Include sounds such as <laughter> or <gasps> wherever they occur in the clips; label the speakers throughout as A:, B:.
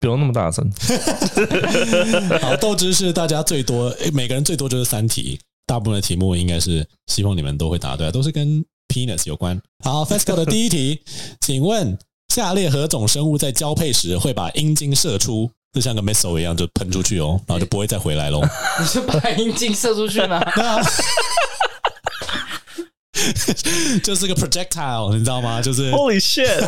A: 不用那么大声。
B: 好，斗知是大家最多，诶每个人最多就是三题，大部分的题目应该是希望你们都会答对啊，都是跟 penis 有关。好 f e s c o 的第一题，请问下列何种生物在交配时会把阴茎射出？就像个 missile 一样，就喷出去哦，然后就不会再回来喽。
C: <laughs> 你是把阴茎射出去吗？
B: 那就是个 projectile，你知道吗？就是
A: Holy shit！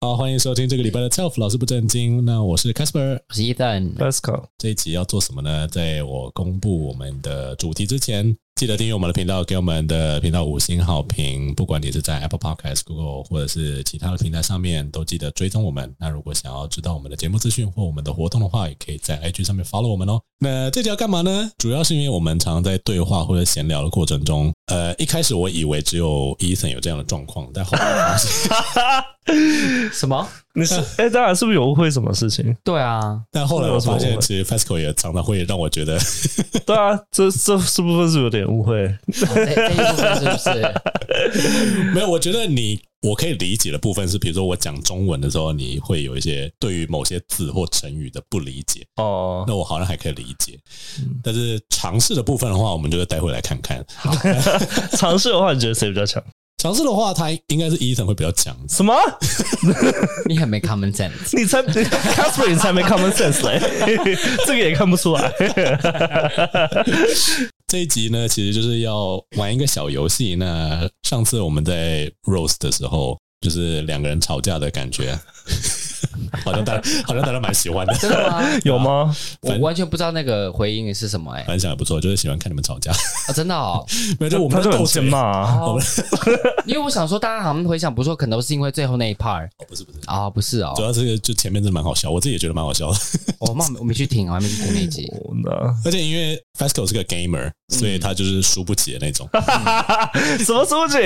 B: 好，欢迎收听这个礼拜的 Self 老师不正经。那我是 Casper，
C: 我是一蛋，
A: Let's go！
B: 这一集要做什么呢？在我公布我们的主题之前，记得订阅我们的频道，给我们的频道五星好评。不管你是在 Apple Podcast、Google 或者是其他的平台上面，都记得追踪我们。那如果想要知道我们的节目资讯或我们的活动的话，也可以在 IG 上面 follow 我们哦。那这集要干嘛呢？主要是因为我们常在对话或者闲聊的过程中，呃，一开始我以为只有 Ethan 有这样的状况，但后来发现。
C: 什么？
A: 你是哎、 <laughs> 大家是不是有误会什么事情？
C: 对啊，
B: 但后来我
A: 会
B: 发
A: 有什么误
B: 现，
A: 会
B: 其实 FESCO 也常常会让我觉得，
A: 对啊，这这是不是有点误会？
C: 哦这这一部分是不是？
B: <laughs> 没有，我觉得你我可以理解的部分是，比如说我讲中文的时候，你会有一些对于某些字或成语的不理解，
A: 哦，
B: 那我好像还可以理解。但是尝试的部分的话，我们就是待会来看看。
A: 尝试的话，你觉得谁比较强？
B: 尝试的话，他应该是伊森会比较强。
A: 什么？
C: 你很没 common sense。
A: 你才 Casper，你才没 common sense 嘞、这个也看不出来。
B: 这一集呢，其实就是要玩一个小游戏。那上次我们在 roast 的时候，就是两个人吵架的感 <laughs> 觉，好像大家好像大家蛮喜 <laughs> 欢的，
C: 真的吗？
A: 有吗？
C: 我完全不知道那个回音是什么哎、
B: 反响也不错，就是喜欢看你们吵架。
C: 啊，真
B: <laughs>
C: 的哦，
B: 没有，就我们
A: 他就
B: 在斗
A: 很
B: 嘴
A: 欠骂、啊。
C: 哦，因为我想说，大家好像回想不错，可能是因为最后那一 part
B: 哦不是不是，
C: 啊、不是哦
B: 主，要这个就前面真的蛮好笑，我自己也觉得蛮好笑的。 <laughs>
C: 我忘我没去听，我还没去听那集，
A: 我呢？ <laughs>
B: 而且因为 Fasco 是个 gamer，所以他就是输不起的那种。
A: 什么书籍？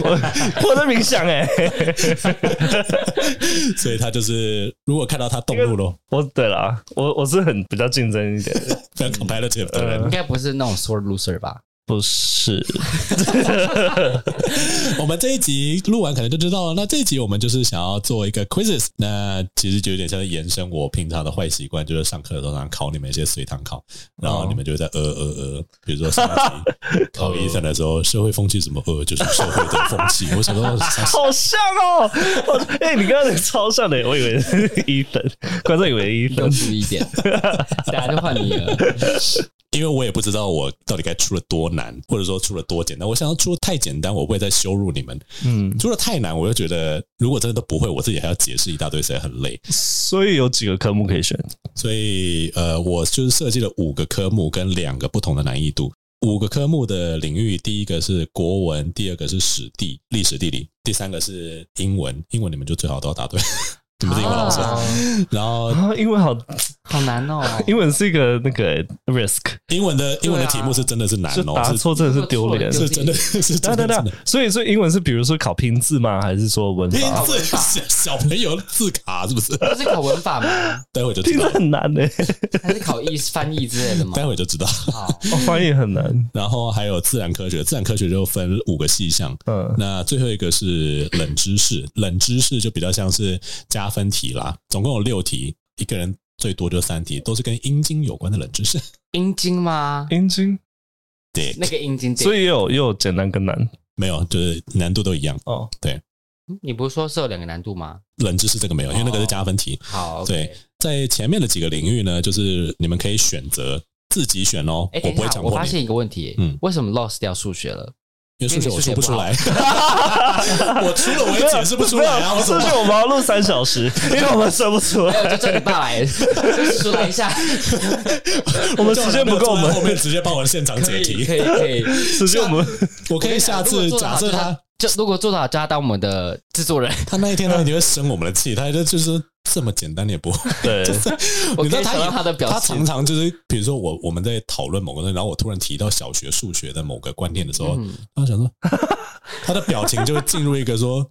A: 我我在冥想哎、
B: 所以他就是如果看到他动怒了，
A: 我对啦，我我是很比较竞争一点，
B: 非常 competitive 的人。
C: 应该不是那种 sword loser <laughs> 吧？
A: 不是？
B: 我们这一集录完可能就知道了。那这一集我们就是想要做一个 quizzes，那其实就有点像是延伸我平常的坏习惯，就是上课的时候常常考你们一些随堂考，然后你们就会在呃呃呃，比如说上一集考医生的时候，社会风气怎么呃，就是社会的风气。我想说，
A: <laughs> 好像哦、我哎、你刚刚那个超像的，我以为是伊粉，观众以为伊
C: 又
A: 粉。
C: 注意一点，等下就换你了。
B: 因为我也不知道我到底该出了多难，或者说出了多简单。我想要出的太简单，我不会再羞辱你们；
A: 嗯，
B: 出了太难，我又觉得如果真的都不会，我自己还要解释一大堆，实在很累。
A: 所以有几个科目可以选。
B: 所以呃，我就是设计了五个科目跟两个不同的难易度。五个科目的领域，第一个是国文，第二个是史地、历史地理，第三个是英文。英文你们就最好都要答对， <laughs> 你们是英文老师。
C: 啊
B: 然后
A: 啊，英文好，
C: 好难 <laughs> 哦，
A: 英文是一个那个 risk，
B: 英文的英文的
C: 对啊
B: 题目是真的是难
A: 就
B: 哦，
A: 答
B: 是
A: 错真的啊是丢脸。
C: 错
B: 是真的 <laughs> 是
A: 等等
B: 真的
A: 等
B: 真的
A: 等，所以所以英文是比如说考拼字吗？还是说文
B: 拼
A: 法？
B: 字 <laughs> 小小朋友字卡是不
C: <laughs>
B: 是？
C: 不是考文法吗？
B: 待会就知
A: 拼
B: 道
A: 字，很难呢、
C: 还是考译翻译之类的吗？
B: 待会就知道。
C: 好，
A: 哦，翻译很难。
B: 然后还有自然科学，自然科学就分五个细项。
A: 嗯，
B: 那最后一个是冷知识，冷知识就比较像是加分题啦，总共有六题，一个人最多就三题，都是跟阴茎有关的冷知识。
C: 阴茎吗？
A: 阴茎，
B: 对，
C: 那个阴茎，
A: 所以也有也有简单跟难
B: 没有，就是难度都一样。
A: 哦。
C: 你不是说是有两个难度吗？
B: 冷知识这个没有，因为那个是加分题。
C: 好，
B: 对，在前面的几个领域呢，就是你们可以选择自己选哦，
C: 哎，等
B: 我
C: 一
B: 不会
C: 下，
B: 强
C: 我
B: 迫
C: 发
B: 你，
C: 现一个问题，
B: 嗯
C: 为什么 lost 掉数学了？
B: 因为数学我说不出来， <laughs> 我除了我
A: 没
B: 也
A: 有
B: 解释不出来啊，
A: 没
B: 我
A: 有
B: 怎么
A: 数
B: 办
A: 学我们要录三小时，因为我们算不出
C: 没
A: 来，
C: 有，哎就叫你
B: <laughs>
C: 爸来，就是说来一下，
A: 我们时间不够，我
B: 我
A: 们
B: <laughs> 后面直接帮我现场
C: 可
B: 解
C: 以，
B: 题。
C: 可以，可以。
A: 时间我们
B: 我可以下
C: 我跟
B: 次
C: 你讲如果做
B: 假
C: 得好
B: 设
C: 就
B: 他 <laughs>
C: 就如果做得好，就要当我们的制作人。
B: 他那一天他一定会生我们的气，他就就是这么简单，你也不会。
A: 对，
C: 我
B: 你知
C: 可
B: 道
C: 以
B: 他也
C: 想到他的表
B: 他
C: 情
B: 常常就是，比如说我我们在讨论某个东西，然后我突然提到小学数学的某个观念的时
C: 嗯
B: 候，他想说，他的表情就会进入一个说，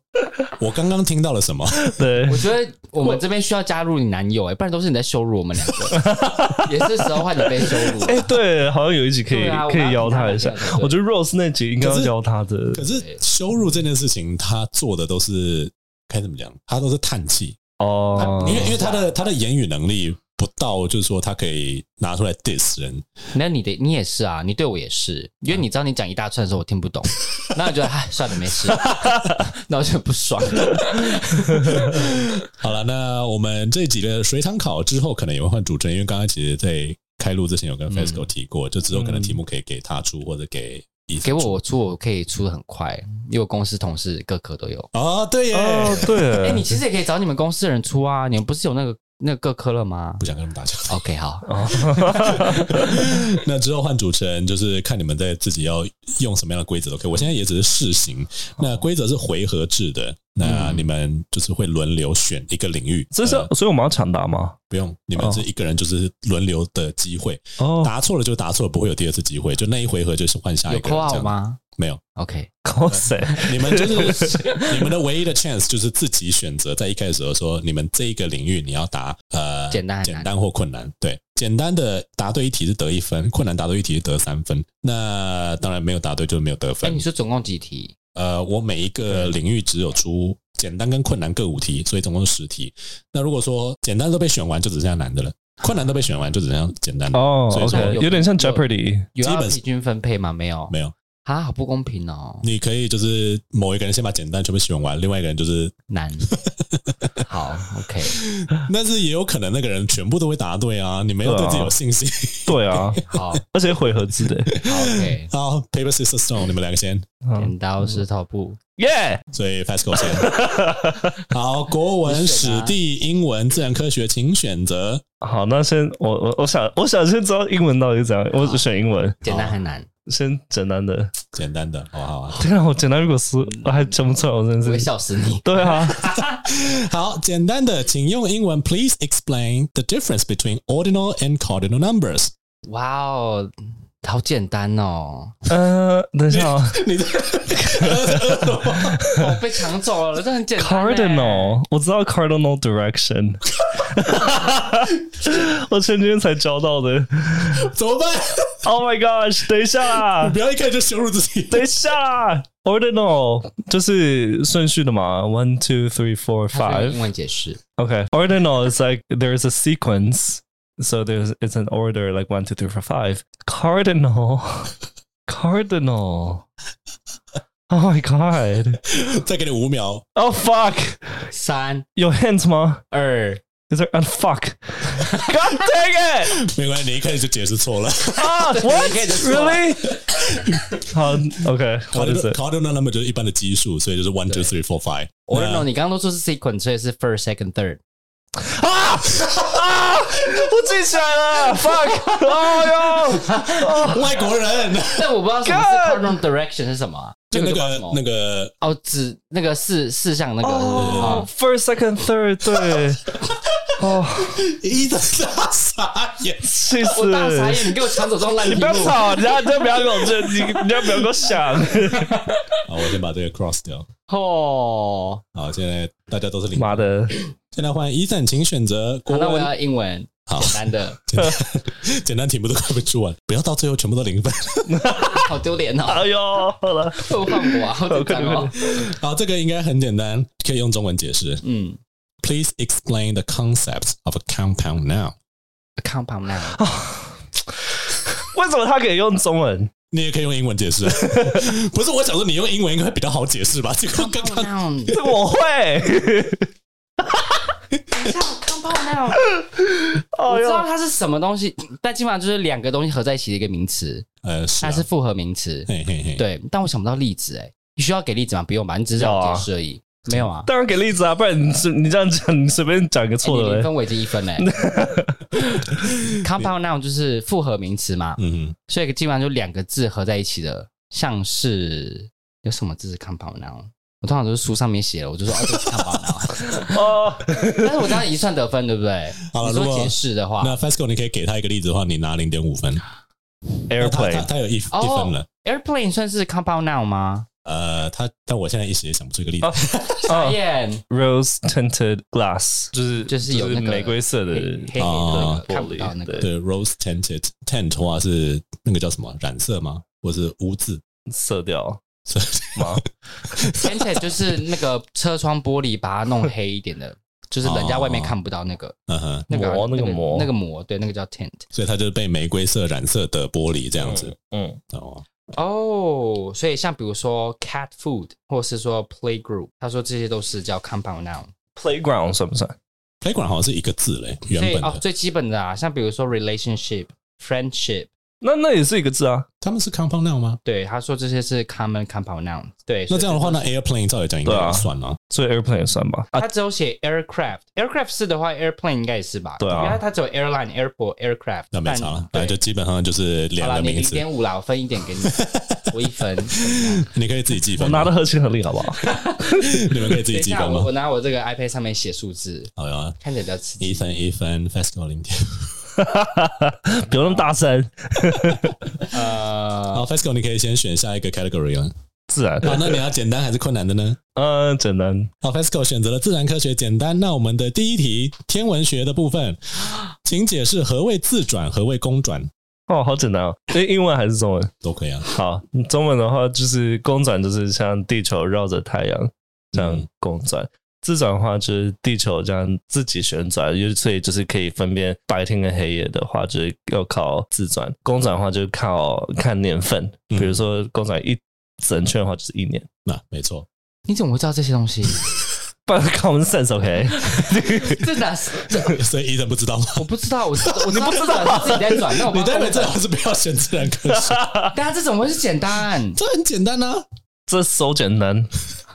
B: 我刚刚听到了什么？
A: 对
C: 我觉得我们这边需要加入你男友哎、不然都是你在羞辱我们两个，
B: <laughs>
C: 也是时候换你被羞辱了。
A: <laughs> 哎、对，好像有一集可以、
C: 对啊我
A: 可以
C: 刚刚
A: 邀
C: 听他
A: 他
C: 的
A: 一下
C: 这样。子
A: 我觉得 Rose 那集应该要
B: 可是
A: 邀他的。
B: 可是
C: 对
B: 羞辱这件事情，他做的都是该怎么讲？他都是叹气，
A: 哦，
B: 因为因为他的他的言语能力不到，就是说他可以拿出来 diss 人。
C: 那你的你也是啊，你对我也是，因为你知道你讲一大串的时候我听不懂， <laughs> 那我觉得哎算了没事， <laughs> 那我就不爽了。
B: 好了，那我们这一集的水场考之后，可能也会换主持人，因为刚刚其实在开录之前
A: 嗯
B: 有跟 FESCO 提过，就之后可能题目可以给他出，或者给伊
C: 给
B: 森
C: 我
B: 出。
C: 我出我可以出的很快，因为我公司同事各科都有。
B: 哦，对耶，
A: 嗯哦，
C: 哎、
A: 对，
C: 你其实也可以找你们公司的人出啊，你们不是有那个那个各科了吗
B: 不想跟他们打架。 <laughs>
C: ？OK 好，
B: 那之后换主持人，就是看你们在自己要用什么样的规则都可以。我现在也只是试行，那规则是回合制
A: 嗯
B: 的，那你们就是会轮流选一个领域，
A: 这是哦
B: 呃
A: 所以我们要抢答吗？
B: 不用你们是一个人就是轮流的机会，
A: 哦，
B: 答错了就答错了，不会有第二次机会，就那一回合就是换下
C: 有
B: 一个人。这
C: call
B: 样？
C: 吗
B: 没有。
C: ？OK，哎
A: 靠谁？
B: 你们就是 <laughs> 你们的唯一的 chance，就是自己选择在一开始的时候说，你们这一个领域你要答呃
C: 简单还是
B: 简
C: 难
B: 单或困难。对，简单的答对一题是得一分，困难答对一题是得三分。那当然没有答对就没有得
C: 哎、
B: 分。
C: 你说总共几题？
B: 呃，我每一个领域只有出简单跟困难各五题，所以总共是十题。那如果说简单都被选完，就只剩下难的了；困难都被选完，就只剩下简单的。
A: 哦
B: 所以说
A: ，OK，
C: 有
A: 有点像 Jeopardy。
C: 有要
B: 基本
C: 平均分配吗？没有，
B: 没有，
C: 啊，好不公平哦，
B: 你可以就是某一个人先把简单全部选完，另外一个人就是
C: 难。 <laughs> 好，OK，
B: 但是也有可能那个人全部都会答对啊，你没有对自己有信心。
A: 对
B: <laughs>
A: 啊，
C: 好好
A: 而且回合制的。
C: ，OK，
B: 好，paper scissors stone，你们两个先，
A: 嗯
C: 剪刀石头布，
A: 耶，
B: 所以 Fasco 先。好，国文、
C: 你选
B: 史
C: 啊
B: 地、英文、自然科学，请选择。
A: 好，那先我我我想我想先知道英文到底是怎样，我只选英文，
C: 简单很难，
A: 先简单的。
B: 简单的，好不好啊？
A: 天啊，我简单如果是我还讲不出来，我真
C: 我会
A: 是。
C: 笑死你。
A: 对啊，
B: 好，简单的，请用英文 please explain the difference between ordinal and cardinal numbers。 <laughs>
C: 哇哦，好简单哦，
A: 呃，等一下啊
B: 你这 <laughs>
C: 我哦被抢走了，这很简单欸。
A: <laughs> ，cardinal，我知道 cardinal direction，我前几天才教到的。
B: 怎么办？
A: Oh my gosh！等一下
B: 你
A: 啦，
B: 不要一开始就羞辱自己。
A: 等一下啦，ordinal 就是顺序的嘛，one two three four
C: 它是用
A: five。
C: 英文解释。
A: Okay. Ordinal is like there's a sequence. So there's it's an order like one, two, three, four, five. Cardinal. <laughs> Cardinal. Oh my god.
B: 再给你五秒，
A: Oh fuck.
C: 三
A: Your hands, ma.
C: 二，
A: Is there oh fuck? God dang it!
B: 没关系，你一开始就解释错了。
A: Ah, what? Really? Um, okay. What is
B: cardinal
A: it?
B: cardinal number 就是一般的基数，所以就是 one two three four five。
C: 我认同你刚刚都说是 sequence，所以是 first、second、third。
A: Ah! Ah! 我记起来了！Fuck! 哎呦！
B: 外国人，
C: 但我不知道什么是 cardinal direction 是什么啊，
B: 就那
C: 叫
B: 个
C: 什么
B: 那个
C: 哦，指那个四四项那个
A: 哦
C: 哦，
A: ，first, second, third，对。哦，
B: 一直大傻眼，
A: 气死！
C: 我大傻眼，你给我抢走这种烂
A: 你
C: 题
A: 不要
C: 目。
A: 吵，你要你要不要给我这，你你要不要给我想？
B: 好，我先把这个 cross 掉。
C: 哦，
B: 好，现在大家都是零。
A: 妈的，
B: 现在换伊森，请选择国
C: 好那我
B: 文。
C: 要英文，
B: 好
C: 简单的，
B: <laughs> 简单题目都快被出完，不要到最后全部都零分。 <laughs>
C: 好丢脸哦， <laughs>
A: 哎呦，好了，
C: 会不会放我啊？好紧张哦。
B: 好，这个应该很简单，可以用中文解释。
C: 嗯
B: Please explain the concept of a compound noun。
C: ，compound noun。
A: 为什么他可以用中文？
B: 你也可以用英文解 <laughs> 释，不是我想说你用英文应该比较好解释吧？结果刚
C: compound
B: 刚
C: noun，
A: 这个我会。
C: compound
B: <laughs>
C: noun，我
A: 哎
C: 知道
A: 呦，
C: 它是什么东西，但基本上就是两个东西合在一起的一个名词，
B: 呃是
C: 它
B: 啊，
C: 是复合名词。
B: 嘿嘿嘿，
C: 对，但我想不到例子哎，你需要给例子吗？不用吧，你只是让
A: 要
C: 我
A: 啊
C: 解释而已。
B: 嗯
C: 没有啊，
A: 当然给例子啊，不然你随你这样讲，你随便讲一个
C: 欸
A: 错
C: 你
A: 的
C: 零
A: 嘞。
C: 分我已经
B: <laughs>
C: 一分嘞。Compound noun 就是复合名词嘛，
B: 嗯哼，
C: 所以基本上就两个字合在一起的，像是有什么字是 compound noun？我通常都是书上面写了，我就说啊，对不起，看报道。
B: <laughs>
A: 哦，
C: 但是我这样一算得分，对不对？
B: 好了
C: 你
B: 如
C: 说
B: 果
C: 解释的话，
B: 那 Fasco，你可以给他一个例子的话，你拿零点五分那他他
A: Airplane
B: 他有一一
C: 哦
B: 分了。
C: airplane 算是 compound noun 吗？
B: 呃，他但我现在一时也想不出一个例子。
A: 哦
C: 耶、
A: rose tinted glass 就是
C: 就是有那个
A: 玫瑰色的
C: 黑黑黑
B: 哦
C: 的，看
A: 玻
C: 不
A: 璃
C: 到那个。 <laughs>
B: 对，rose tinted tint 的话是那个叫什么染色吗？或是污渍？ <laughs>
A: 色调
B: 色
A: 吗？
C: 嗯 Tinted 就是那个车窗玻璃把它弄黑一点的，就是人家外面看不到那个
B: 嗯哼，
C: 那个
A: 膜
C: 那
A: 那个膜
C: 那个膜，对，那个叫 tint。
B: 所以它就是被玫瑰色染色的玻璃这样子。
A: 嗯，
B: 哦，
C: 哦，所以像比如说 cat food 或是说 playgroup，他说这些都是叫 compound noun。
A: ，playground 算不算？
B: playground 好像是一个字嘞，原
C: 所以
B: 本
C: 哦，
B: 的
C: 最基本的啊，像比如说 relationship、friendship，
A: 那那也是一个字啊，
B: 他们是 compound noun 吗？
C: 对，他说这些是 common compound noun。对，
B: 那这样的话，
C: 呢？
B: 那 airplane 照理讲应该
A: 对啊
B: 也算了。
A: 所以 airplane 也算吧？啊，
C: 他只有写 aircraft。aircraft 是的话，airplane 应该也是吧？
A: 对啊
C: 原来他只有 airline、airport、aircraft。
B: 那没差了，
C: 但
B: 反正就基本上就是
C: 对
B: 两
C: 好
B: 个
C: 了，你
B: 名
C: 零
B: 字，
C: 点五啦，我分一点
B: <laughs>
C: 给你，我一分。
B: 你可以自己记
A: 我
B: 分吗，
A: 拿的合情合理，好
C: <laughs>
A: 不好？
B: <laughs> 你们可以自己
C: 等一
B: 记
C: 下，
B: 分
C: 我
B: 吗
C: 我？拿我这个 iPad 上面写数字，
B: 好呀，
C: 看起来比较刺激。
B: 一分一分，Fasco 零点。
A: 不用那么大声，
C: 呃，
B: 好，Fasco，你可以先选下一个 category 了。
A: 自然。
B: 好，那你要简单还是困难的呢？
A: 嗯，简单。
B: 好，Fasco 选择了自然科学简单。那我们的第一题，天文学的部分，请解释何谓自转，何谓公转，
A: 哦，好简单哦！诶，英文还是中文？
B: 都可以啊。
A: 好，中文的话就是公转，就是像地球绕着太阳这样
B: 嗯
A: 公转；自转的话就是地球这样自己旋转，就是所以就是可以分辨白天跟黑夜的话，就是要靠自转；公转的话就是靠看年份，
B: 嗯
A: 比如说公转一整圈的话就是一年。
B: 那没错， <laughs>
C: 你怎么会知道这些东西？
A: 不然 common sense，OK？、
C: 这哪是？这
B: 所以伊人不知道吗？
C: 我不知道，我知道我知道这转是自己在转，那我不
B: 你
C: 知道
B: 待会
C: 这
B: 最好是不要选自然科
C: <laughs>
B: 学，
C: 大家这怎么会是简单？
B: 这很简单啊，
A: 这手简
C: <laughs>
A: 单，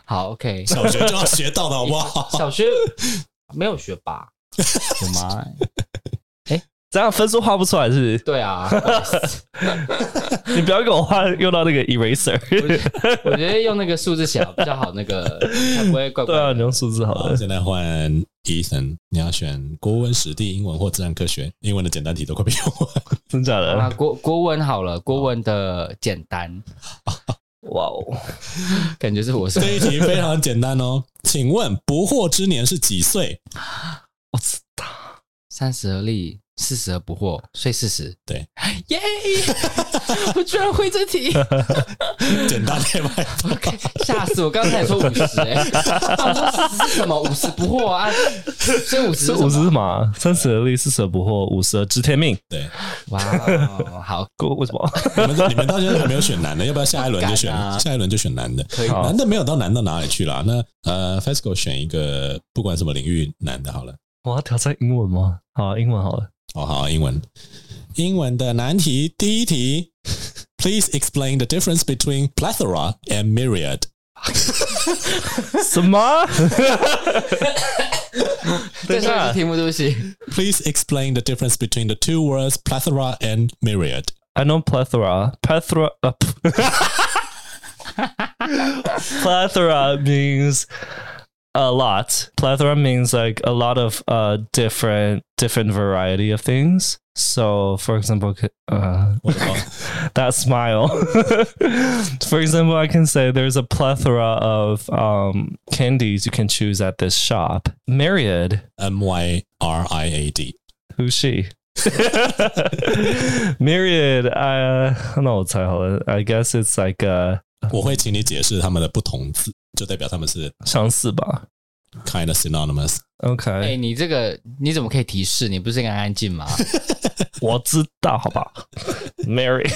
C: 好，OK，
B: 小学就要学到的好不好？
C: <laughs> 小学没有学霸，我妈，
A: 这样分数画不出来是不
C: 对啊，不好意思
A: 是？你不要给我画用到那个 eraser。
C: 我觉得用那个数字写比较好，那个才不会怪
A: <laughs>
C: 怪
A: 对啊，
C: 的。
A: 你用数字好
B: 好，
A: 了。
B: 现在换 Ethan，你要选国文、史地、英文或自然科学。英文的简单题都快被用完。
A: 真假
C: 好啦
A: 的？
C: 国国文好了，国文的简单，
A: 哇哦！
C: 感觉是我是
B: 这一题非常简单哦，请问不惑之年是几岁？
A: 我操！
C: 三十而立，四十而不惑，岁四十。
B: 对，
C: <laughs> 耶！我居然会这题，
B: 简单对吧？
C: 吓死我！刚才也说五十，哎，我说四十是什么？五十不惑啊？所以五十
A: 这五十是什么啊？三十而立，四十而不惑，五十而知天命。
B: 对，
C: 哇哦，好
A: 过为什么？
B: 你们你们到现在还没有选男的，要不要下一轮就选
C: 不敢啊
B: 下一轮就选男的？
C: 可以
A: 好
B: 男的没有到难到哪里去啦。那呃，Fasco 选一个不管什么领域男的好了。
A: 我要挑战英文吗？好，英文好了。
B: 哦，好，英文，英文的难题第一题，Please explain the difference between plethora and myriad。
A: 什么？等
C: 再
A: 一
C: 说一
A: 下
C: 次题目，对不起。
B: Please explain the difference between the two words plethora and myriad.
A: <laughs>
B: <laughs>
A: ，I know plethora. Plethora. <laughs> 呃噗 plethora means a lot. Plethora means like a lot of uh different different variety of things. So, for example, uh, that smile. <laughs> For example, I can say there's a plethora of um, candies you can choose at this shop. Myriad,
B: M Y R I A D.
A: who's she? <laughs> Myriad, I uh, no, it's I guess it's like uh,
B: 我会请你解释它们的不同字，就代表它们是
A: 相似吧？Okay.
B: kind of synonymous。
C: 哎，你这个你怎么可以提示？你不是应该安静吗？
A: 我知道，好吧？Myriad.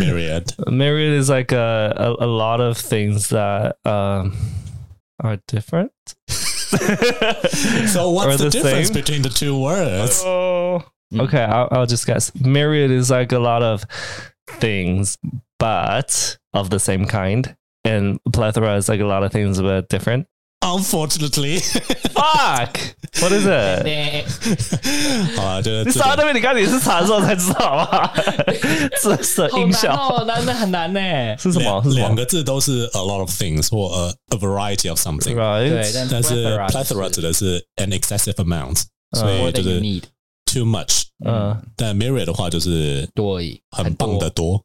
B: myriad
A: Myriad is like a, a, a lot of things that um, are different.
B: <laughs>
A: <laughs>
B: So
A: Or
B: what's the
A: the
B: Uh, difference
A: same?
B: between the two words?
A: <laughs> Oh.
C: Mm.
A: Okay, I'll, I'll just guess. Myriad is like a lot of things, but of the same kind. And plethora is like a lot of things, but different.
B: Unfortunately， <laughs>
A: Fuck! What is it?
B: 好啊，就是
A: 你
B: 字
A: 少在
B: 典
A: 那边，你看你是查的时候才知道吧？这是
C: 好
A: 音
C: 难
A: 效
C: 哦，难的很难呢。
A: 是什么？
B: 两
A: 是什
B: 两
A: 么
B: 个字都是 a lot of things 或 a, a variety of something，
C: 对，
A: ？Right？
C: 但
B: 但是 plethora
C: plethora
B: 指的是 an excessive amount，
A: 嗯
B: 所以
C: more
B: 就
C: than you
B: 是
C: need
B: too much。
A: 嗯，
B: 但 myriad 的话就是
C: 多而已，
B: 很棒的
C: 多。
B: 多，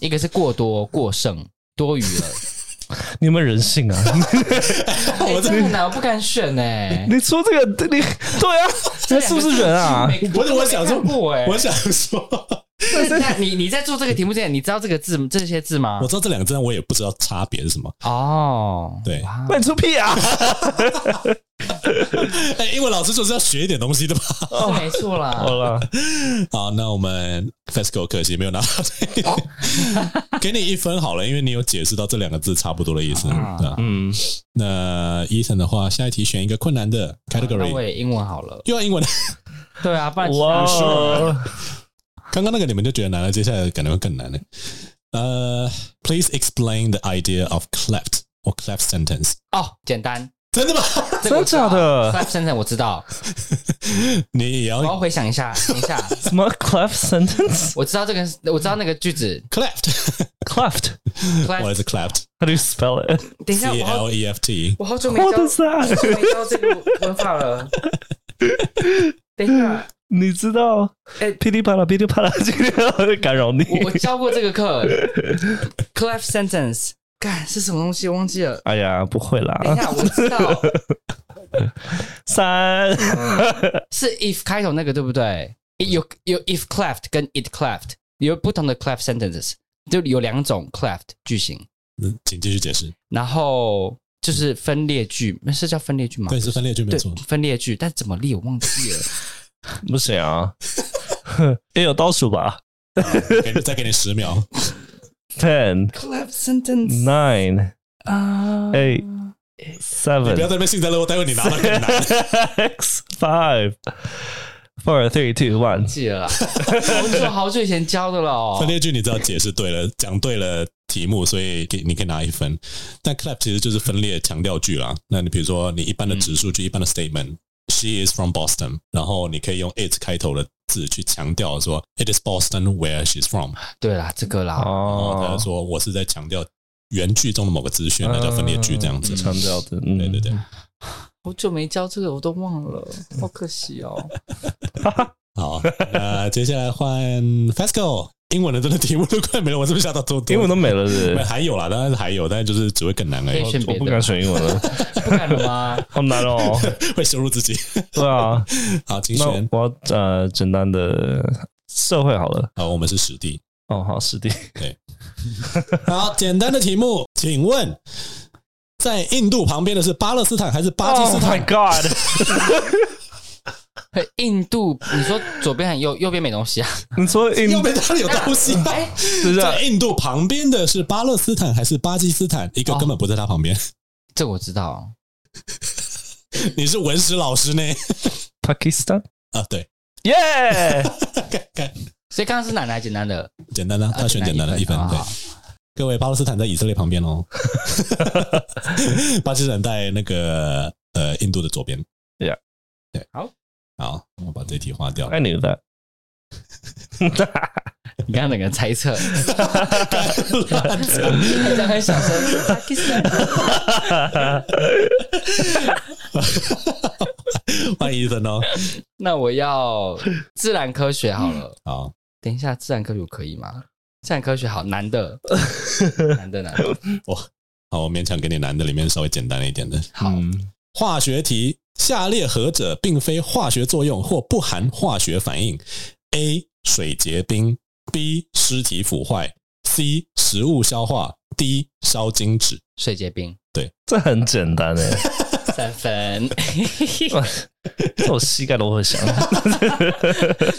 C: 一个是过多、过剩、多余了。
A: 你有没有人性啊？
C: 我哎这么难，我不敢选哎。
A: 你出这个，你对啊，这是不是人啊？
B: 不是我想说
C: 过哎，
B: 我 <laughs> 想说，
C: 那你你在做这个题目之前，你知道这个字这些字吗
B: 我？知道这两个字，我也不知道差别是什么。
C: 哦，
B: 对
C: 哇
A: 那你出屁啊！
B: 哎，英文老师就是要学一点东西的吧？
C: 哦是没错啦
A: 好。 <laughs> 了，
B: 好，那我们 FESCO 可惜没有拿到这一点，给你一分好了，因为你有解释到这两个字差不多的意思。
C: 啊
B: 对啊
A: 嗯，
B: 那 Ethan 的话，下一题选一个困难的
C: 那我
B: category，
C: 也英文好了。
B: 又要英文的。
C: 对啊，不然
A: 哇哦，
B: 刚刚那个你们就觉得难了，接下来可能会更难了。呃、p l e a s e explain the idea of cleft or cleft sentence。
C: 哦，简单，
B: 真的吗？ <laughs>
C: 这个我知道
A: 真的哎假
C: Clap sentence 我知道，
B: 你也
C: 我
B: 要
C: 要回想一下，等一下，
A: 什么 cleft sentence
C: 我知道这个，我知道那个句子。
B: cleft？
A: cleft？
B: What
C: Clap-
B: is a cleft?
A: how do you spell it?
C: 等一下，
B: C
C: 我好
B: L E F T。
C: 我好久没教，
A: 啊 What is
C: 好
A: that？
C: <laughs> 久没教这个文法了。等一下，
A: 你知道？
C: 哎
A: 噼里啪啦，噼里 <laughs> 啪啦，今天我在干扰你。
C: 我我教过这
B: <laughs>
C: 个课，clef sentence，干是什么东西？我忘记了。
A: 哎呀，不会啦。
C: 等一下，
B: 啊
C: 我知道
A: 三，
C: 是 if 开头那个对不对？有有 if cleft 跟 it cleft 有不同的 cleft sentences，就有两种 cleft 句型，
B: 嗯请继续解释。
C: 然后就是分裂句，那是叫分裂句吗？
B: 对，是分裂句没
C: 对
B: 错。
C: 分裂句，但怎么列我忘记了。
A: 不行 <laughs> 啊，也有倒数吧
B: 给你再给你十秒。
A: ？Ten,
C: Cleft sentence
A: nine,
C: 啊
B: 哎
A: eight,
B: 你
A: seven,
B: 不要在那边幸灾乐祸，待会你拿
A: <laughs>
B: 到更难。
A: six, five, four, three, two, one。
C: 记了啦，好久好久以前教的了
B: 分
C: 哦。
B: 裂句你只要解释对了，讲对了题目，所以给你可以拿一分。但 clap 其实就是分裂强调句啦。那你比如说你一般的指数句、一般的 statement。She is from Boston，然后你可以用 it 开头的字去强调说 It is Boston where she's from。
C: 对啦，这个啦，
B: 然后他
A: 哦
B: 就，说我是在强调原句中的某个资讯，那叫分裂句这样子
A: 嗯。强调的，
B: 对对
A: 嗯，
B: 对，
C: 好久没教这个，我都忘了，好可惜哦。
B: 好，那接下来换 Fasco，英文的这个题目都快没了，我是不是吓到多多？
A: 英文都没了，是不
B: 没
A: 是
B: 还有啦，当然是还有，但是就是只会更难而
C: 可以
B: 已，
C: 选
A: 我
C: 别的
A: 不敢选英文了，
C: 不敢了吗？
A: 好难哦。
B: 会羞辱自己。
A: 对啊，
B: 好，请
A: 那
B: 选。
A: 我呃简单的社会好了。
B: 好，我们是史地。
A: 哦，好，师弟，
B: 好，简单的题目，请问，在印度旁边的是巴勒斯坦还是 <laughs> 巴基斯
A: Oh my
B: 坦？ <laughs>
A: God，
C: <laughs> 嘿印度，你说左边很右，右边没东西啊？ <laughs>
A: 你说印
B: 右边当然有东西啊。
C: 哎，
A: 度
B: <laughs> 在印度旁边的是巴勒斯坦还是巴基斯坦？一个根本不在他旁边。
C: 这我知道，
B: 你是文史老师呢？
A: Pakistan？
B: 啊，对，
A: 耶，
B: 看看
C: 所以刚刚是奶奶简单的，呃
B: 简单的，他啊选简单的一分。对
C: 好，
B: 各位，巴勒斯坦在以色列旁边哦，巴基斯坦在那个呃印度的左边。
A: Yeah
B: 对，
C: 好，
B: 好，我把这题划
A: <laughs>
B: 掉。 <laughs>
A: I knew that。
C: 你刚刚整个猜测， <laughs> 这样很小声。
B: <laughs> 换医生哦。
C: 那我要自然科学好了。
B: 好，
C: 等一下，自然科学我可以吗？自然科学好难
B: <laughs>
C: 的，难的难的。
B: 好，我勉强给你男的里面稍微简单一点的
C: 好，
A: 嗯
B: 化学题。下列何者并非化学作用或不含化学反应？A. 水结冰，B. 尸体腐坏，C. 食物消化，D. 烧金纸。
C: 水结冰
A: 这很简单欸诶，
C: 三分。 <laughs>
A: 这我膝盖都会响。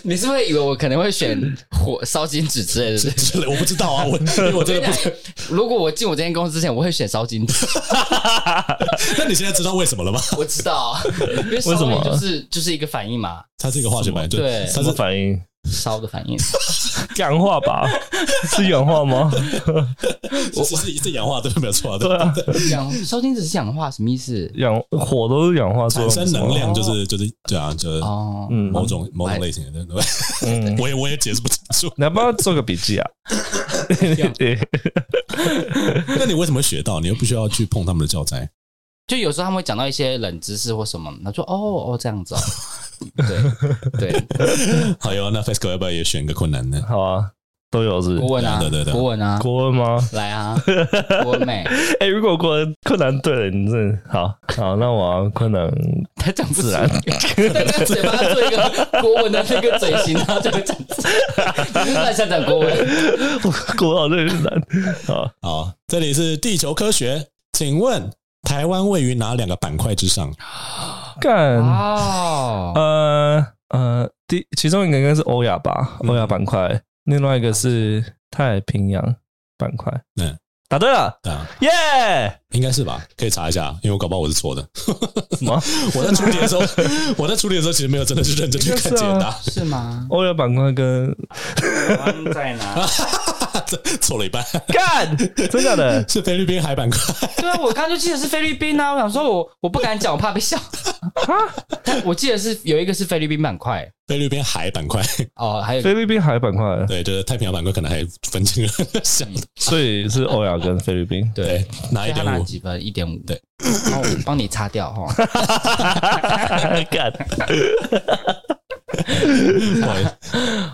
C: 你是不是以为我可能会选火烧金纸之类
B: <laughs>
C: 的？
B: 之类我不知道
A: <laughs>
B: 啊，我因为我真的不。
C: 如果我进我这间公司之前，我会选烧金纸。
B: <laughs> 那你现在知道为什么了吗？ <laughs>
C: <laughs> 我知道，啊因为
A: 为什么
C: 烧就是就是一个反应嘛，
B: 它是一个化学反应，就
C: 对
B: 它
A: 什么
B: 是
A: 反应？
C: 烧的反应。
A: 氧化
B: <laughs>
A: 吧？是氧化吗？
B: 只是一次氧化对，没有错
A: 对
B: 的。
A: 啊，
C: 氧烧金只是氧化，什么意思？
A: 氧火都是氧化作
B: 产
A: 用，
B: 生能量就
A: 不
B: 是就是对啊，就是
C: 哦，
A: 哦嗯
B: 某种某种类型的，对 <laughs> 对
A: 是吗嗯，
B: 我也我也解释不清楚。 <laughs>
A: 你要不要做个笔记啊？
B: 那你为什么会学到？你又不需要去碰他们的教材，
C: 就有时候他们会讲到一些冷知识或什么，他说哦哦这样子哦，对对，
B: <laughs> 好哟，那 FESCO 要不要也选个困难呢？
A: <laughs> 好啊，都有是不
C: 国
A: 是
C: 文啊
B: 对对，对
C: 国文啊，
A: 国文吗？
C: 来啊，国文美，
A: 哎、如果国文困难对了，你真的好好，那我要困难 <laughs>
C: 他讲不出
A: 自然，
C: 他这个嘴巴做一个国文的那个嘴型，然后就会讲自然，你是乱想讲国文，
A: 国文好像有点难。好，
B: 好，这里是地球科学，请问台湾位于哪两个板块之上？
A: 干，
C: 哦，
A: 呃呃，第其中一个应该是欧亚吧，欧亚板块，另外一个是太平洋板块。
B: 嗯，
A: 答对了，
B: 对啊，
A: 耶、
B: 应该是吧？可以查一下，因为我搞不好我是错的。 <laughs>
A: 什 <laughs> 么？
B: 我在处理的时候， <laughs> 我在处理的时候其实没有真的去认真去看解 <laughs>
A: 应该是
B: 答
A: 啊，
C: 是吗？
A: 欧亚板块 <laughs> 跟
C: 台湾在哪？
B: <laughs> 错了一半，
A: 干，真假的？
B: 是菲律宾海板块。 <laughs>
C: 对啊，我刚刚就记得是菲律宾啊，我想说我我不敢讲，我怕被笑。但我记得是有一个是菲律宾板块
B: 菲律宾海板块，
C: 哦，还有一个
A: 菲律宾海板块，
B: 对，就是太平洋板块可能还分清了想
A: 所以是欧亚跟菲律宾。
B: 对，拿一
C: 所以他
B: 点
C: 拿
B: 五，
C: 几分？一点五。
B: 对，
C: 然后我帮你擦掉哦哈。
A: <laughs> 干，
B: <laughs> 对，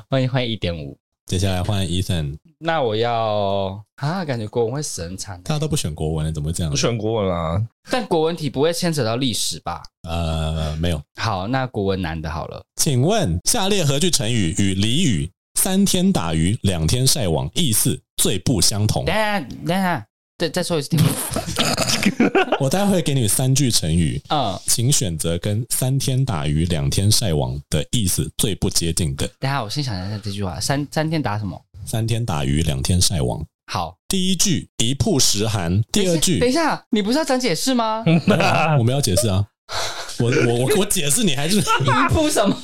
C: 欢迎欢迎一点五。
B: 接下来换 Ethan，
C: 那我要啊，感觉国文会死很惨，
B: 大家都不选国文，怎么会这样
A: 我？选国文 <laughs> 啦。
C: 但国文题不会牵扯到历史吧？
B: 呃，没有。
C: 好，那国文男的好了，
B: 请问下列何句成语与俚语“三天打鱼两天晒网”意思最不相
C: <laughs>
B: 同
C: 等？一下等一下，再再说一
B: <laughs>
C: 次题目。
B: 我待会给你三句成语，
C: 嗯，
B: 请选择跟“三天打鱼两天晒网”的意思最不接近的。
C: 等一下我先想一下这句话，三三天打什么？
B: “三天打鱼两天晒网
C: 好，”，
B: 第一句一曝十寒，第二句
C: 等一下，你不是要讲解释
B: <laughs>
C: 吗？
B: 我们要解释啊。我我我我解释，你还
C: <laughs>
B: 是
C: 一步什么？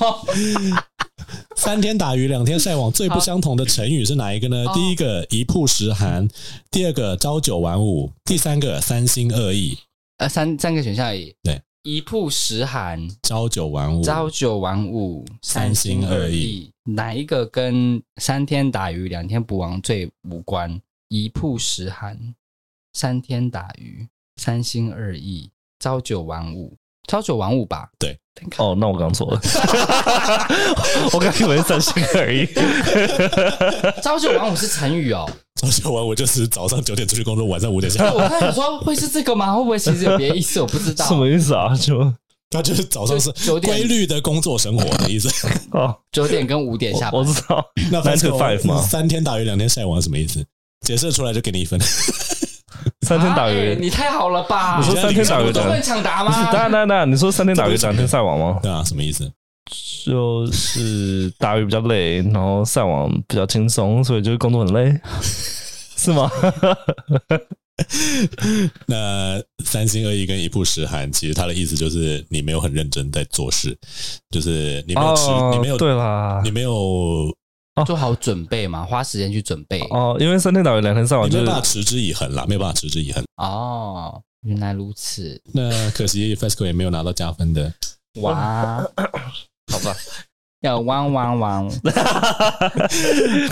B: 三天打鱼两天晒网，最不相同的成语是哪一个呢
C: 哦？
B: 第一个一曝十寒，第二个朝九晚五，第三个三心二意。
C: 呃，三三个选项而已。
B: 对，
C: 一曝十寒，
B: 朝九晚五，
C: 朝九晚五，
B: 三心二意。
C: 哪一个跟三天打鱼两天捕网最无关？一曝十寒，三天打鱼，三心二意，朝九晚五，朝九晚五吧。
B: 对，
A: 哦，那我刚错了， <laughs> 我刚以为是三星而已。
C: 朝九晚五是成语哦。 <laughs>
B: 朝九晚五就是早上九点出去工作，晚上五点下
C: 我
B: 班。
C: 刚才想说会是这个吗？会不会其实有别的意思？我不知道
A: 什。么意思啊？就
B: 他就是早上是
C: 就九点
B: 规律的工作生活的
C: <laughs>
B: 意思。
A: 哦，
C: 九点跟五点下
A: 我我
C: 班，
A: 知道
B: 那
A: nine to
B: Franco，
A: five 吗？
B: 三天打鱼两天晒网是什么意思？解释出来就给你一分。 <laughs>
A: 三天打
C: 哎
A: 鱼，
C: 你太好了吧？
A: 你说
B: 你
A: 三天打鱼
C: 都
A: 两
C: 会
A: 天，
C: 抢答
A: 不是？
C: 吗？
A: 当然当然当然，你说三天打鱼两天晒网吗？
B: 对啊，什么意思？
A: 就是打鱼比较累，然后晒网比较轻松，所以就是工作很累，是吗？
B: 那三心二意跟一曝十寒，其实它的意思就是你没有很认真在做事，就是你没有持，
A: 哦，
B: 你没有
A: 对啦
B: 你，没有，
C: <laughs> 做好准备嘛，花时间去准备。
A: 哦，因为三天打鱼两天晒网
B: 你
A: 就
B: 没有
A: 是
B: 办法持之以恒啦，没有办法持之以恒。
C: 哦，原来如此，
B: 那可惜 FESCO 也没有拿到加分的。
C: 哇，好吧，要汪汪汪， <laughs>
A: <laughs> 比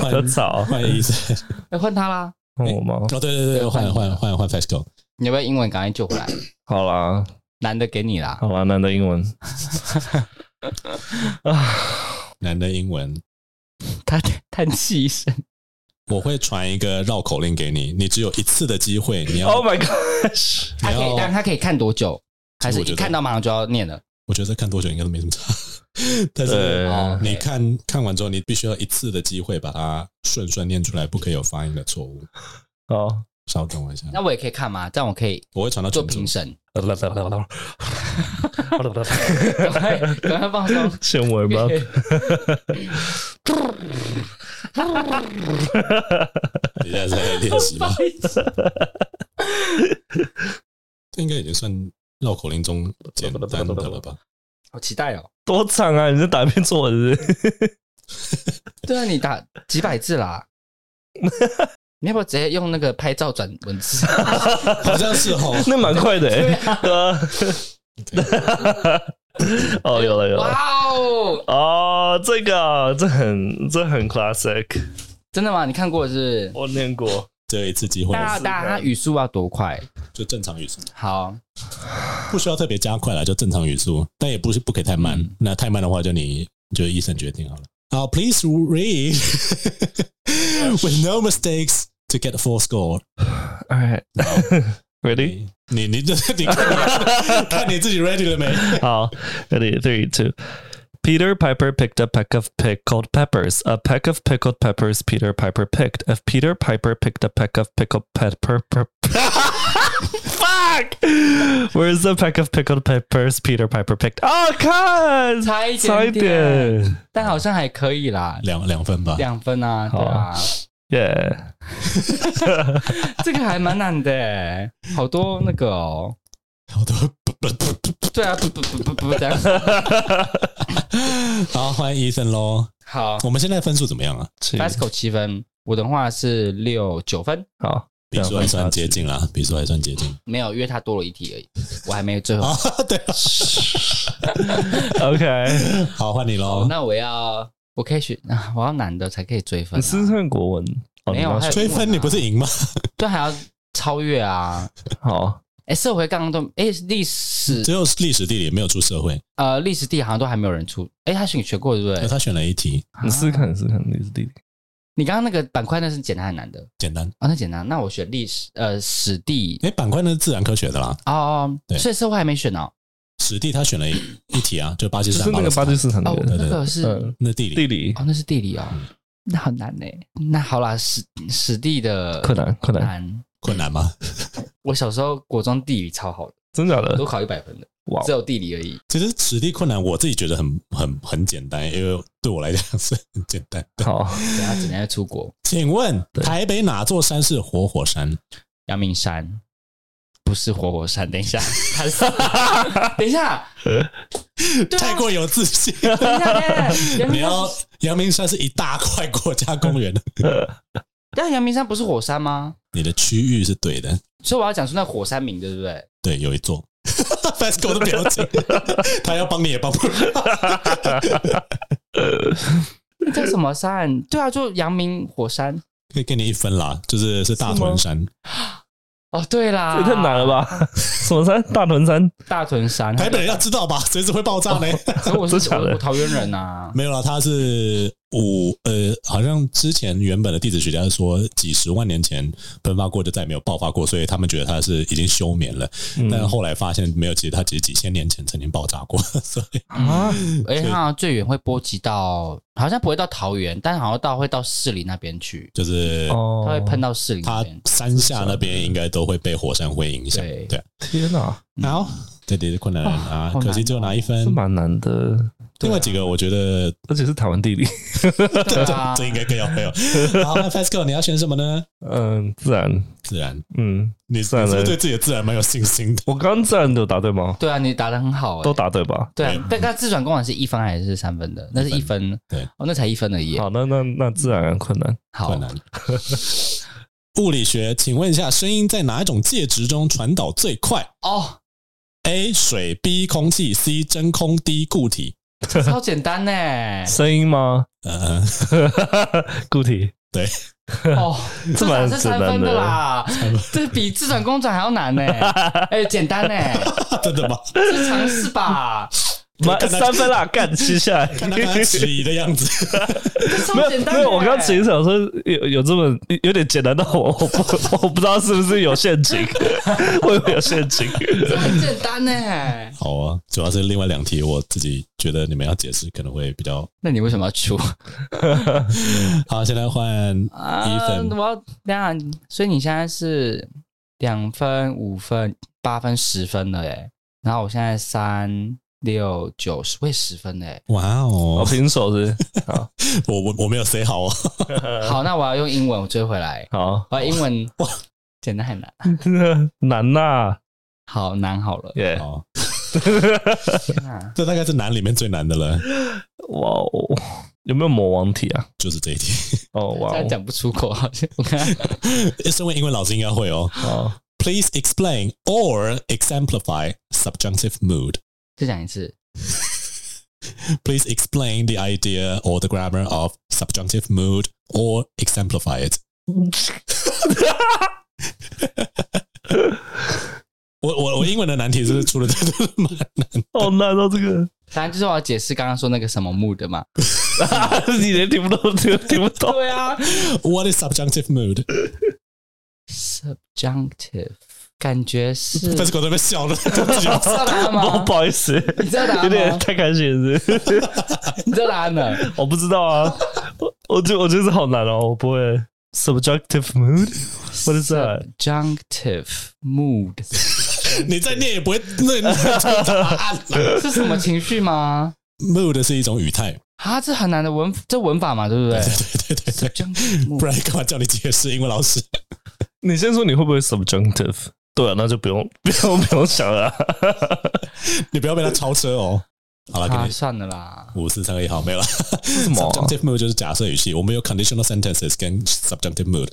A: 较
B: <laughs>
A: 早，
B: 换意思，
C: 要哎换他啦！
A: 换我吗？
B: 哦哦，对对对，换换换换 FESCO。
C: 你要不要英文赶快
B: <coughs>
C: 救回来？
A: 好啦，
C: 男的给你啦。
A: 好啦，难得英文啊，
B: 男的英文，
C: 他叹气一声，
B: 我会传一个绕口令给你，你只有一次的机会，你要。
A: Oh my gosh！
C: 他可以
B: 没有
C: 让他可以看多久？还是
B: 其实
C: 一
B: 我觉得
C: 看到马上就要念了？
B: 我觉得这看多久应该都没什么差， <laughs> 但
A: 对
B: 是
C: 哦
B: 你看看完之后，你必须要一次的机会把它顺顺念出来，不可以有发音的错误。
A: <laughs> 好，
B: 稍等我一下，
C: 那我也可以看吗？这样我可以
B: 我会传到
C: 做
B: 群组 <laughs>
C: 评。审，赶快
A: 先
C: 赶快放松。
A: 尾巴，
B: 你现在是在练
A: <laughs>
B: 习吗？
C: 白痴
B: 这应该已经算绕口令中简单的了吧？
C: <laughs>
A: <laughs>
C: 好期待哦！
A: 多长啊！你是打一片坐的是不是？
C: 对啊，你打几百
B: <laughs>
C: 字啦，你要不要直接用那个拍照转
B: <laughs>
C: 文字？
B: 好像是哦。
A: <laughs> 那蛮快的、欸，对啊。 <laughs> 哦，有了有了，
C: 哇哦，
A: 哦，这个这很这很 classic，
C: 真的吗？你看过是不是？
A: 我念过。
B: 只有一次机会，
C: 大家大家语速要多快？
B: 就正常语速，
C: 好，
B: 不需要特别加快了，就正常语速，但也不是不可以太慢。
C: 嗯
B: 那太慢的话，就你就医生决定好了。好、p l e a s e read <laughs> with no mistakes to get full score。
A: All right, <laughs> ready?
B: 你你 <laughs> 这你看你看你自己 ready 了没？
C: <laughs>
A: Oh, ready, three, two. Peter Piper picked a peck of pickled peppers. A peck of pickled peppers Peter Piper picked. If Peter Piper picked a peck of pickled pepper. Per- <laughs> Fuck! Where's the peck of pickled peppers Peter Piper picked? Oh, God!
C: 差一点点，
A: 差一点。
C: 但好像还可以啦，
B: 两两分吧。
C: 两分啊，对
A: 好
C: 啊
A: 啊，Yeah.
C: 这个还蛮难的欸，好多那个哦，
B: 好多不不不不不
C: 对啊，不不不不不，这样
B: 好，欢迎 Ethan 喽。
C: 好
B: 我们现在分数怎么样啊？
C: ，Basco 七分，我的话是六九分，
A: 好，
B: 比数还算接近啦，比数还算接近。
C: 没有，因为他多了一题而已，我还没有最后。
B: 啊， <laughs> 对啊，
A: Oh. <laughs> OK，
B: 好，换你
C: 好
A: 哦
B: 喽，。
C: 那我要，我可以选，啊我要男的才可以追分
A: 你
C: 啊，
A: 是看国文？哦，
C: 没有，
A: 你要
C: 还有
B: 追分你不是赢吗？
C: 对，啊还要超越啊。
A: 好。
C: 哎，社会刚刚都，哎，历史
B: 只有历史地理没有出社会，
C: 呃历史地好像都还没有人出，哎，他选学过对不对？
B: 他选了一题
C: 啊
A: 你试试看，试试看，你是弟弟。
C: 你刚刚那个板块那是简单还是难的？
B: 简单。
C: 啊，那简单，那我选历史呃史地
B: 哎，板块呢是自然科学的啦，
C: 哦，
B: 对
C: 所以社会还没选哦。
B: 史地他
A: <coughs>
B: 选了一一题啊，就巴基斯坦。勒斯
A: 就是那个巴基斯坦的
C: 哦，
B: 对嗯
C: 那个是哦，
B: 那地理
A: 地理，
C: 那是地理哦，那好难呢。那好啦，史史地的
A: 柯南，柯南，
C: 难。
B: 困难吗？
C: 我小时候国中地理超好的，
A: 真假的？
C: 我都考一百分的，
A: 呃哇，
C: 只有地理而已。
B: 其实史地困难，我自己觉得很很很简单，因为对我来讲是很简单的。
A: 好，
C: 等下只能要出国。
B: 请问
A: 对
B: 台北哪座山是活火山？
C: 阳明山不是活火山，等一下， <laughs> 它是等一下，对啊
B: 太过有自信。
C: 等一下，等一下阳
A: 啊
B: 你
C: 明山
B: 要阳明山是一大块国家公
A: <laughs>
B: 园，
C: 但啊阳明山不是火山吗？
B: 你的区域是对的，
C: 所以我要讲出那火山名，对不对？
B: 对，有一座。FESCO 的表
A: <laughs>
B: 情，他要帮你也帮不了。
C: 那叫什么山？对啊，就阳明火山。
B: 可以给你一分啦，就是是大屯山，
C: 哦，
A: 这
C: 对啦，
A: 也太难了？吧？什么山？大屯山？
C: 大屯山，
B: 台北啊人要知道吧，随时会爆炸呢。
C: 可是我是
A: 真假的
C: 我我桃园人啊。
B: 没有啦，他是五呃，好像之前原本的地质学家说几十万年前喷发过，就再也没有爆发过，所以他们觉得它是已经休眠了。
A: 嗯
B: 但后来发现没有，其实它只是几千年前曾经爆炸过， <laughs> 所以
A: 啊，
C: 而且它好像最远会波及到，好像不会到桃园，但好像到会到市里那边去，
B: 就是
A: 哦
C: 它会喷到市里那
B: 它
C: 边。
B: 山下那边应该都会被火山灰影响。
C: 对
B: 对，
A: 天哪，
B: 好，这题是困难啊
C: 好，难
B: 可惜只有拿一
A: 这
B: 分。
A: 蛮难的，
B: 另外几个我觉得
A: 而且是台湾地理。 <laughs>
C: 对啊，
B: 这应该更要没有。好那，Fasco，你要选什么呢？
A: 嗯，自然，
B: 自然，
A: 嗯，
B: 你你是
A: 自然
B: 不
A: 嘞
B: 是对自己的自然蛮有信心的？
A: 我刚刚自然有答对吗？
C: 对啊，你答的很好，欸
A: 都答对吧？
C: 对啊，但但自转公馆是一分还是三分的？那是一分，
B: 对
C: 哦，那才一分而已。
A: 好，那那那自然困难，
C: 好
B: 困，难。物理学，请问一下，声音在哪一种介质中传导最快
C: 哦，
B: ？A 水，B 空气，C 真空，D 固体。
C: 超简单呢，哎
A: 声音吗？ <laughs>
B: 呃， <laughs>
A: 固体，
C: 哦，
A: 这蛮
C: 是三分
A: 简单的
C: 啦，这比自转公转还要难 <laughs> 呢，哎，简单呢，
B: 真 <laughs> 的吗？
C: 这尝试吧，
A: 满三分啦，干，接下来。
B: 看他刚才迟疑的样子，
A: <laughs>
C: 这
A: 没
C: 超简
A: 有
C: 单
A: 没
C: 的。欸哎
A: 有，我刚其实想说有有这么有点简单到我我不我不知道是不是有陷
C: <laughs>
A: 阱，会不会有陷阱？
C: 这很简单呢，
B: <laughs> 好啊。主要是另外两题，我自己觉得你们要解释可能会比较
C: 那你为什么要出？
B: <laughs> 好。现在换一
C: 啊，
B: 分，
C: 我要那，所以你现在是两分、五分、八分、十分了哎，然后我现在三六九十，我也十分了哎。
B: 哇
A: 我
B: 哦！
A: 平手是
B: 我我我没有 say <laughs> 好哦。
C: 好，那我要用英文我追回来。
A: 好
C: 我要英文简单很难，
A: 难呐，
C: 好难好了。
A: 耶！
B: 好，
C: 天哪
B: 这大概是难里面最难的了。
A: 哇哦，有没有魔王体啊？
B: 就是这一题。 <laughs>
A: 哦，哇
C: 这样
A: 哦
C: 讲不出口，好像我看
B: 身为英文老师应该会哦。
A: 哦，
B: Please explain or exemplify subjunctive mood.
C: 再讲一次，
B: Please explain the idea or the grammar of subjunctive mood or exemplify it. 我我我英文的难题是出了这个蛮难，
A: 好难哦，这
C: <laughs>
A: 个
C: 反正就是我要解释刚刚说那个什么木的嘛。
A: 你连听不懂，听听不懂。
C: 对啊
B: <laughs> What is subjunctive mood？
C: ，subjunctive 感觉是，
B: 但是我在那边笑了，自己
C: 知道答案
A: 不
C: 吗
A: 不？好意思，
C: 啊你知道答
A: 有
C: 案
A: 点
C: 吗？
A: 太开心了是不是
C: 你知道答案了？
A: 我不知道啊，我我觉得我觉得这好难哦，我不会。Subjective mood? What is that?
C: Subjunctive mood <laughs>
B: 你再念也不会那念出答案了。
C: 是什么情绪吗？
B: <laughs> mood 是一种语态，
C: 啊，这很难的文，这文法嘛，对不对
B: 对对对对对，
C: ？Subjunctive
B: 不
C: mood
B: 然干嘛叫你解释英文老师？
A: 你先说你会不会 subjunctive？对 <laughs> 啊，那就不用不用不用想了啊、
B: 你 <laughs> 不要被他超车哦。好了，给
C: 啊，
B: 你
C: 算了啦。
B: 五四三二一，好，没有了。
A: 什么啊
B: subjunctive mood 就是假设语系，我们有 conditional sentences 跟 subjunctive mood。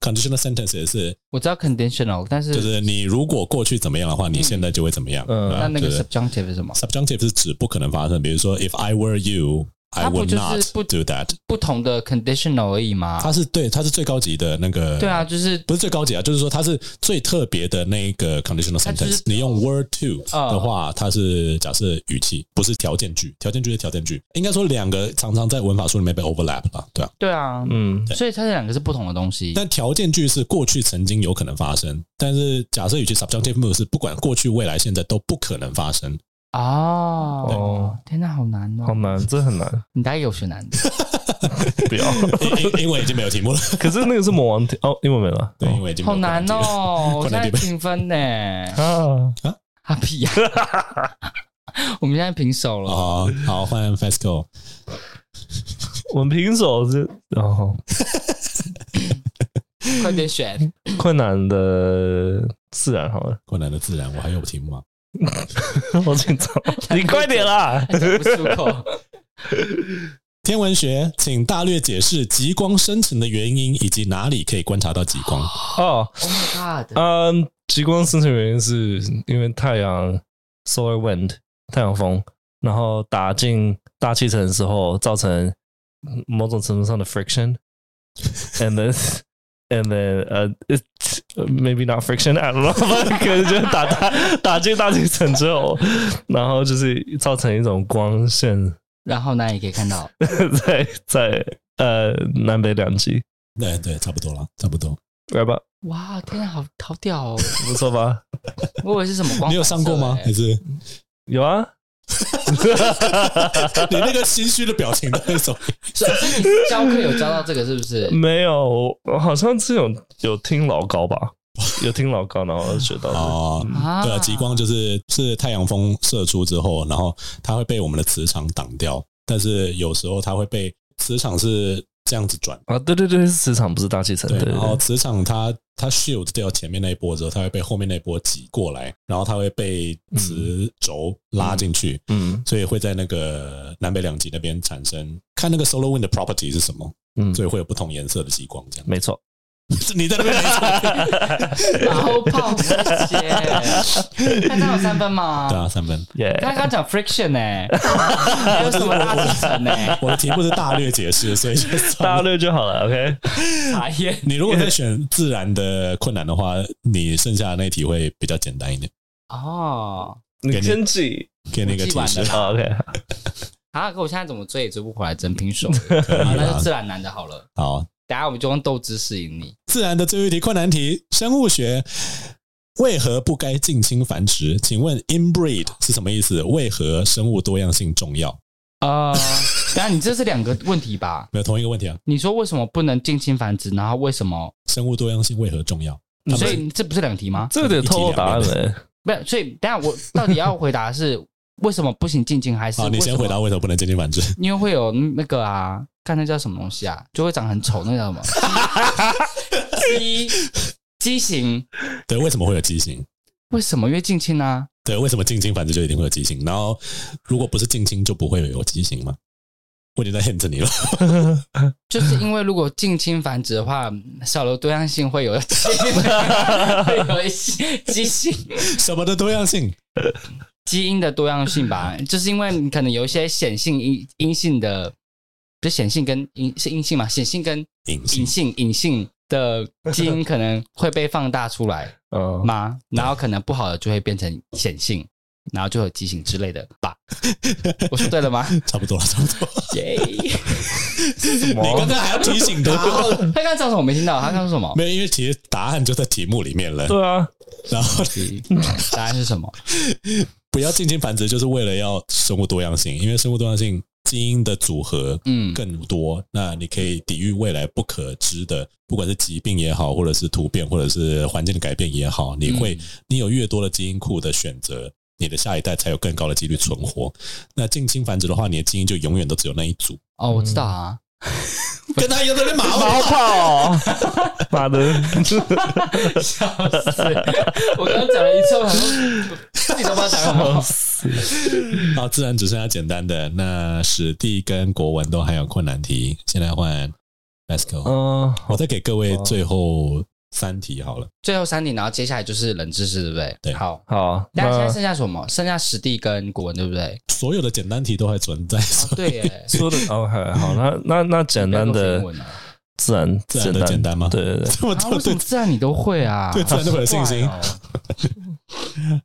B: conditional sentences 是
C: 我知道 conditional，但
B: 就是是你如果过去怎么样的话，你现在就会怎么样。
A: 嗯
B: 对吧
C: 那那个
B: 就是
C: subjunctive 是什么？
B: subjunctive 是指不可能发生，比如说 if I were you。I
C: 它不
B: would
C: 就是
B: not
C: 不
B: do that。
C: 不同的 conditional 而已嘛。
B: 它是对，它是最高级的那个。
C: 对啊，，就是
B: 不是最高级啊，就是说它是最特别的那一个 conditional
C: 它就是
B: sentence。你用 were to
C: 啊
B: 的话，它是假设语气，不是条件句。条件句是条件句，应该说两个常常在文法书里面被 overlap 了，对啊。
C: 对啊，
A: 嗯，
C: 所以它这两个是不同的东西。
B: 但条件句是过去曾经有可能发生，但是假设语气 subjunctive mood 是不管过去、未来、现在都不可能发生。
C: 哦，天哪，好难
A: 好
C: 哦！
A: 难，这很难，
C: 你大概有学难的，
A: 不要。 <laughs>
B: 因因因为已经没有题目了，
A: 可是那个是魔王体哦，英文没了。
B: 对，因为已经没
C: 好
B: 有
C: 难
B: 困难题了。
C: 哦！我
B: 困
C: 现
B: 难题
C: 在
B: 吧
C: 评分呢，
A: 啊，
C: 哈皮呀， <laughs> 我们现在平手了。
B: 哦，好，换 Fasco。
A: 我们平手是哦，
C: 快点选，
A: 困难的自然好了， <laughs>
B: 困难的自然，我还有题目吗？
A: 好紧 <laughs> 张，你快点啦！
C: 讲不出
B: <laughs>
C: 口。
B: 天文学，请大略解释极光生成的原因，以及哪里可以观察到极光。
A: 哦，
C: Oh my god！
A: 嗯，极光生成原因是因为太阳 solar wind 太阳风，然后打进大气层的时候造成某种程度上的 <laughs> friction，and then <laughs> and then 呃、uh, <laughs> maybe not friction，I don't <laughs> know，可能就是打打打进大气层之后，然后就是造成一种光线
C: 然后呢，也可以看到，
A: 在在呃南北两极，
B: 对对，差不多了，差不多。
A: 来吧，
B: 嗯
C: 哇，天哪，好好屌哦！
A: 不错吧？
C: 我以为是什么光反射欸？
B: 你有上过吗？还是 <laughs> 你
A: 有啊。
B: 那个心虚的表情的那种？
C: <laughs> 所以所以你教课有教到这个是不是？
B: 嗯
A: 没有，我好像是有有听老高吧，有听老高，然后学到的。
B: 哦，
C: 啊
B: 对啊，极光就是是太阳风射出之后，然后它会被我们的磁场挡掉，但是有时候它会被磁场是这样子转，
A: 啊，对对对，是磁场不是大气层，
B: 对，
A: 对对
B: 然后
A: 对，
B: 磁场它它 shield 掉前面那一波之后，它会被后面那一波挤过来，然后它会被磁轴拉进去，
A: 嗯
B: 所以会在那个南北两极那边产生。看那个 solar wind 的 property 是什么，
A: 嗯，
B: 所以会有不同颜色的极光这样。 <laughs>
A: 没错。
B: 你在那边没错，
A: <laughs>
C: 马后炮这
B: <laughs>
C: 些，那他有三分吗？
B: 对啊，三分。
A: 耶，
C: 他刚讲 friction 呢、
B: <laughs>
C: 还有什么大气层呢？
B: 我的题目是大略解释，所以就
A: 大略就好了，OK。
C: 茶叶
B: 你如果再选自然的困难的话，你剩下的那题会比较简单一点。
C: 哦，
A: 你
B: 给你
A: 先记
B: 给你一个提
C: 我记
B: 示
C: 完，
A: 啊，OK，
C: 啊，可我现在怎么追也追不回来，真平手。
B: 可以
C: 好那
B: <laughs>
C: 就
B: 啦
C: 自然难的好了，
B: 好，
C: 等下我们就用斗知识赢你。
B: 自然的最后一题困难题，生物学为何不该近亲繁殖？请问 inbreed 是什么意思？为何生物多样性重要？
C: 呃，等下你这是两个问题吧？
B: 没有同一个问题啊，
C: 你说为什么不能近亲繁殖？然后为什么？
B: 生物多样性为何重要？他
C: 所
B: 们
C: 以这啊不是两题吗？
A: 这个得透露答案嘞。
C: 不是，所以等下我到底要回答是为什么不行近亲，还是
B: 好，你
C: 为
B: 先
C: 什么
B: 回答为什么不能近亲繁
C: <laughs>
B: 殖？
C: 因为会有那个啊，看那叫什么东西啊，就会长很丑，那 <laughs> 叫什么？畸畸形？
B: 对，为什么会有畸形？
C: 为什么？因为近亲啊，
B: 对，为什么近亲繁殖就一定会有畸形？然后如果不是近亲就不会有畸形吗？我已经在限制你了。
C: 就是因为如果近亲繁殖的话，少了多样性会有会有一些畸形
B: 什么的多样性？
C: 基因的多样性吧，就是因为你可能有一些显性阴阴性的，不是显性跟阴是阴性嘛，显性跟
B: 隐
C: 隐
B: 性
C: 性隐性的基因可能会被放大出来
A: 哦，
C: 吗？然后可能不好的就会变成显性，然后就有畸形之类的吧？我说对了吗？
B: 差不多了，差不
C: <laughs>
B: 多。
C: 耶！
A: 什
B: 你
A: 么？
B: 刚才还要提醒他，
C: <laughs> 他刚刚讲什么？我没听到，他刚刚说什么？
B: 没有，因为其实答案就在题目里面了。
A: 对
B: <laughs>
A: 啊，
B: 然后
C: 嗯答案是什么？
B: 不要近亲繁殖，就是为了要生物多样性，因为生物多样性基因的组合
C: 嗯，
B: 更多，那你可以抵御未来不可知的，不管是疾病也好，或者是突变，或者是环境的改变也好，你会
C: 嗯
B: 你有越多的基因库的选择，你的下一代才有更高的几率存活。那近亲繁殖的话，你的基因就永远都只有那一
C: <laughs>
B: 组，
C: 哦，我知道啊，
B: 跟他一样在那
C: <laughs>
B: 边麻
A: 毛跑，妈的， <laughs>
C: 笑死！我刚刚讲了一次，我想说自己都不知道讲什
A: 笑
C: 么。
A: 死！
B: <laughs> 然啊后自然只剩下简单的，那史地跟国文都还有困难题。现在换 Basco，
A: 嗯，
B: 我再给各位最后三题好了。
C: 最后三题，然后接下来就是冷知识，对不对？
B: 对
C: 好。
A: 好，
C: 那现在
A: 那
C: 剩下什么？剩下史地跟国文，对不对？
B: 所有的简单题都还存在，所
C: 哦，对
A: <laughs>
C: 耶，
A: 说的 OK，好，那那那简单的
C: 不要跟我说英文啊
A: 自然
B: 自然的简单吗
A: 对对对，
B: 这么
C: 啊，
B: 多
C: 为什
B: 对
C: 么自然你都会啊？
B: 对自然那么有信心
C: 好奇怪哦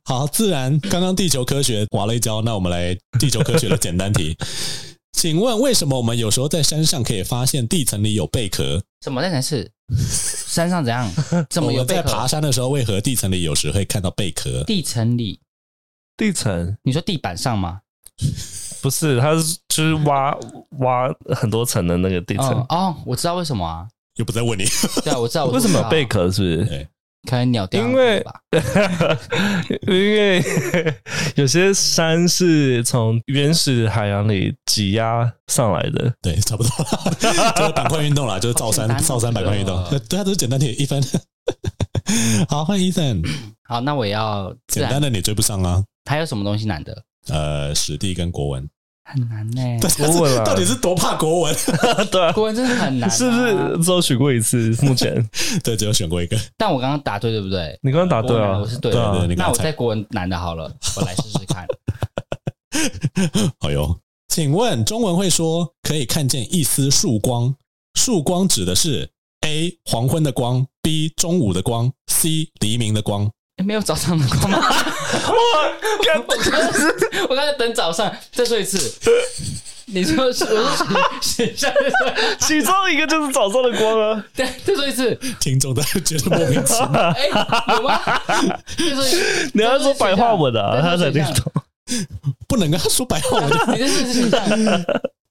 B: 好，自然刚刚地球科学滑了一跤，那我们来地球科学的简单
C: <laughs>
B: 题。请问为什么我们有时候在山上可以发现地层里有贝壳？
C: 什么那才是山上怎样？怎
B: 我
C: 么有
B: 们
C: 贝
B: 在爬
C: 壳？
B: 山的时候，为何地层里有时会看到贝壳？
C: 地层里，
A: 地层
C: 你说地板上吗？
A: 不是，它是就是挖 <laughs> 挖很多层的那个地
C: 嗯
A: 层。
C: 哦，我知道为什么啊。
B: 又不在问你，
C: 对啊，我知道
A: 为什么有贝？
C: 我知道
A: 壳？是不是？
C: 可能鸟掉了
A: 因为
C: 吧？
A: <laughs> 因为 <laughs> 有些山是从原始海洋里挤压上来
C: <laughs>
A: 的。
B: 对，差不多， <laughs> 就是板块运动啦，就是造山
C: 好简单哦
B: 造山板块运动
C: 这，个
B: 对，它都是简单题一分。 <laughs> 好，换
C: <clears throat>
B: Ethan，
C: 好，那我也要自
B: 简
C: 然
B: 单。的你追不上啊。
C: 还有什么东西难的？
B: 呃，史地跟国文，
C: 很难呢。
A: 国文啊，
B: 到底是多怕国文？
A: <laughs>
B: <laughs>
A: 对啊，
C: 国文真的很难
A: <laughs>
C: 啊，
A: 是不是
C: <laughs>
A: 只有选过一次？目前
B: 对，只有选过一个。
C: 但我刚刚答对，对不对？
A: 你刚刚答对
C: 国文
A: 啊，
C: 难我是对
B: 对
A: 啊
B: 对，，你
C: 那
B: 刚
C: 我
B: 才
C: 在国文难的好了，我来试试看。 <laughs>
B: 好哟，请问中文会说可以看见一丝曙光，曙光指的是 A 黄昏的光，B 中午的光，C 黎明的光。
C: 诶没有早上的光吗？ <laughs> 我刚才 <laughs> 我刚才等早上，再说一次。你说是我说选项，
A: 其中一个就是早上的光
C: <laughs>
A: 啊。
C: 对，再说一次。
B: 听众都觉得莫名其
C: <laughs>
B: 妙。
C: 哎，有吗？再说一次。
A: 你要说白话文的、啊，
C: 对
A: 他才
C: 对对
A: 听懂。
B: 不能跟他说白话，我就
C: 你这是
A: <laughs>
C: 选项。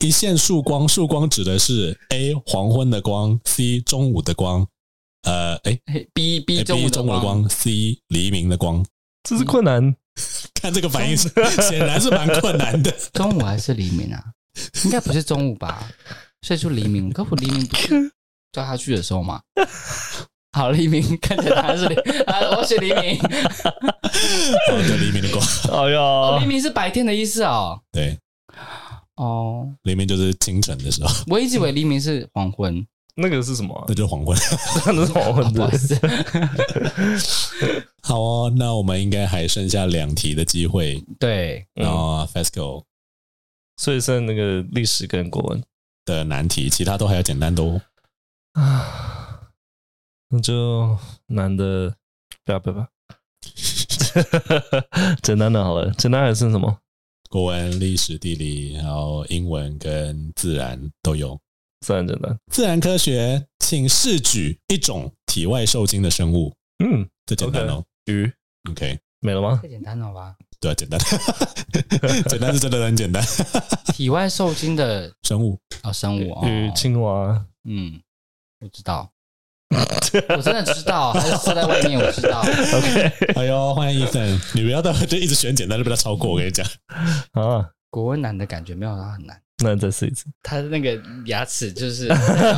B: 一线曙光，曙光指的是 A 黄昏的光，C 中午的光，呃，哎、
C: 哎 B
B: A
C: B 中
B: B
C: 午
B: 中午的
C: 光，
B: 光，C 黎明的光。 <laughs>
A: 这是困
C: 嗯
A: 难，
B: 看这个反应是， <laughs> 显然是蛮困难
C: <laughs>
B: 的。
C: 中午还是黎明啊？应该不是中午吧？所以就黎明，可我黎明不是掉下去的时候吗？好，黎明，看起来答案是黎， <laughs> 啊，我选黎明。
B: 好的，黎明的光，
A: 哎
C: 哦，
A: 呀
C: 黎，明是白天的意思哦。
B: 对，
C: 哦，
B: 黎明就是清晨的时候， <laughs>
C: 我一直以为黎明是黄昏，哦
A: 那个是什么啊
B: 那？就是黄昏。
A: <laughs> 那是黄昏
C: 不好
A: 的
C: 意。思。
B: 好哦，那我们应该还剩下两题的机会。
C: 对，
A: 嗯
B: 然后 FESCO
A: 所以剩那个历史跟国文
B: 的难题，其他都还要简单的哦。
A: 啊， <sighs> 那就难的不要不要 <laughs> 不要，简单的好了，简单还剩什么？
B: 国文、历史、地理，然后英文跟自然都有。
A: 自然简单，
B: 自然科学，请试举一种体外受精的生物，
A: 嗯，
B: 这简单哦。
A: 鱼
B: OK，
A: 没了吗
C: 太？简单了吧？
B: 对啊，简单， <laughs> 简单是真的很简单。
C: 体外受精的
B: 生物，
C: 哦，生物哦，
A: 鱼、青蛙，
C: 嗯，我知道， <laughs> 我真的知道，还是坐在外面，我知道。
A: <laughs>
B: 哎呦，欢迎 Ethan，你不要到就一直选简单，就被他超过。我跟你讲，
A: 啊，
C: 国文难的感觉没有它很难，
A: 那你再试一次。
C: 他的那个牙齿就是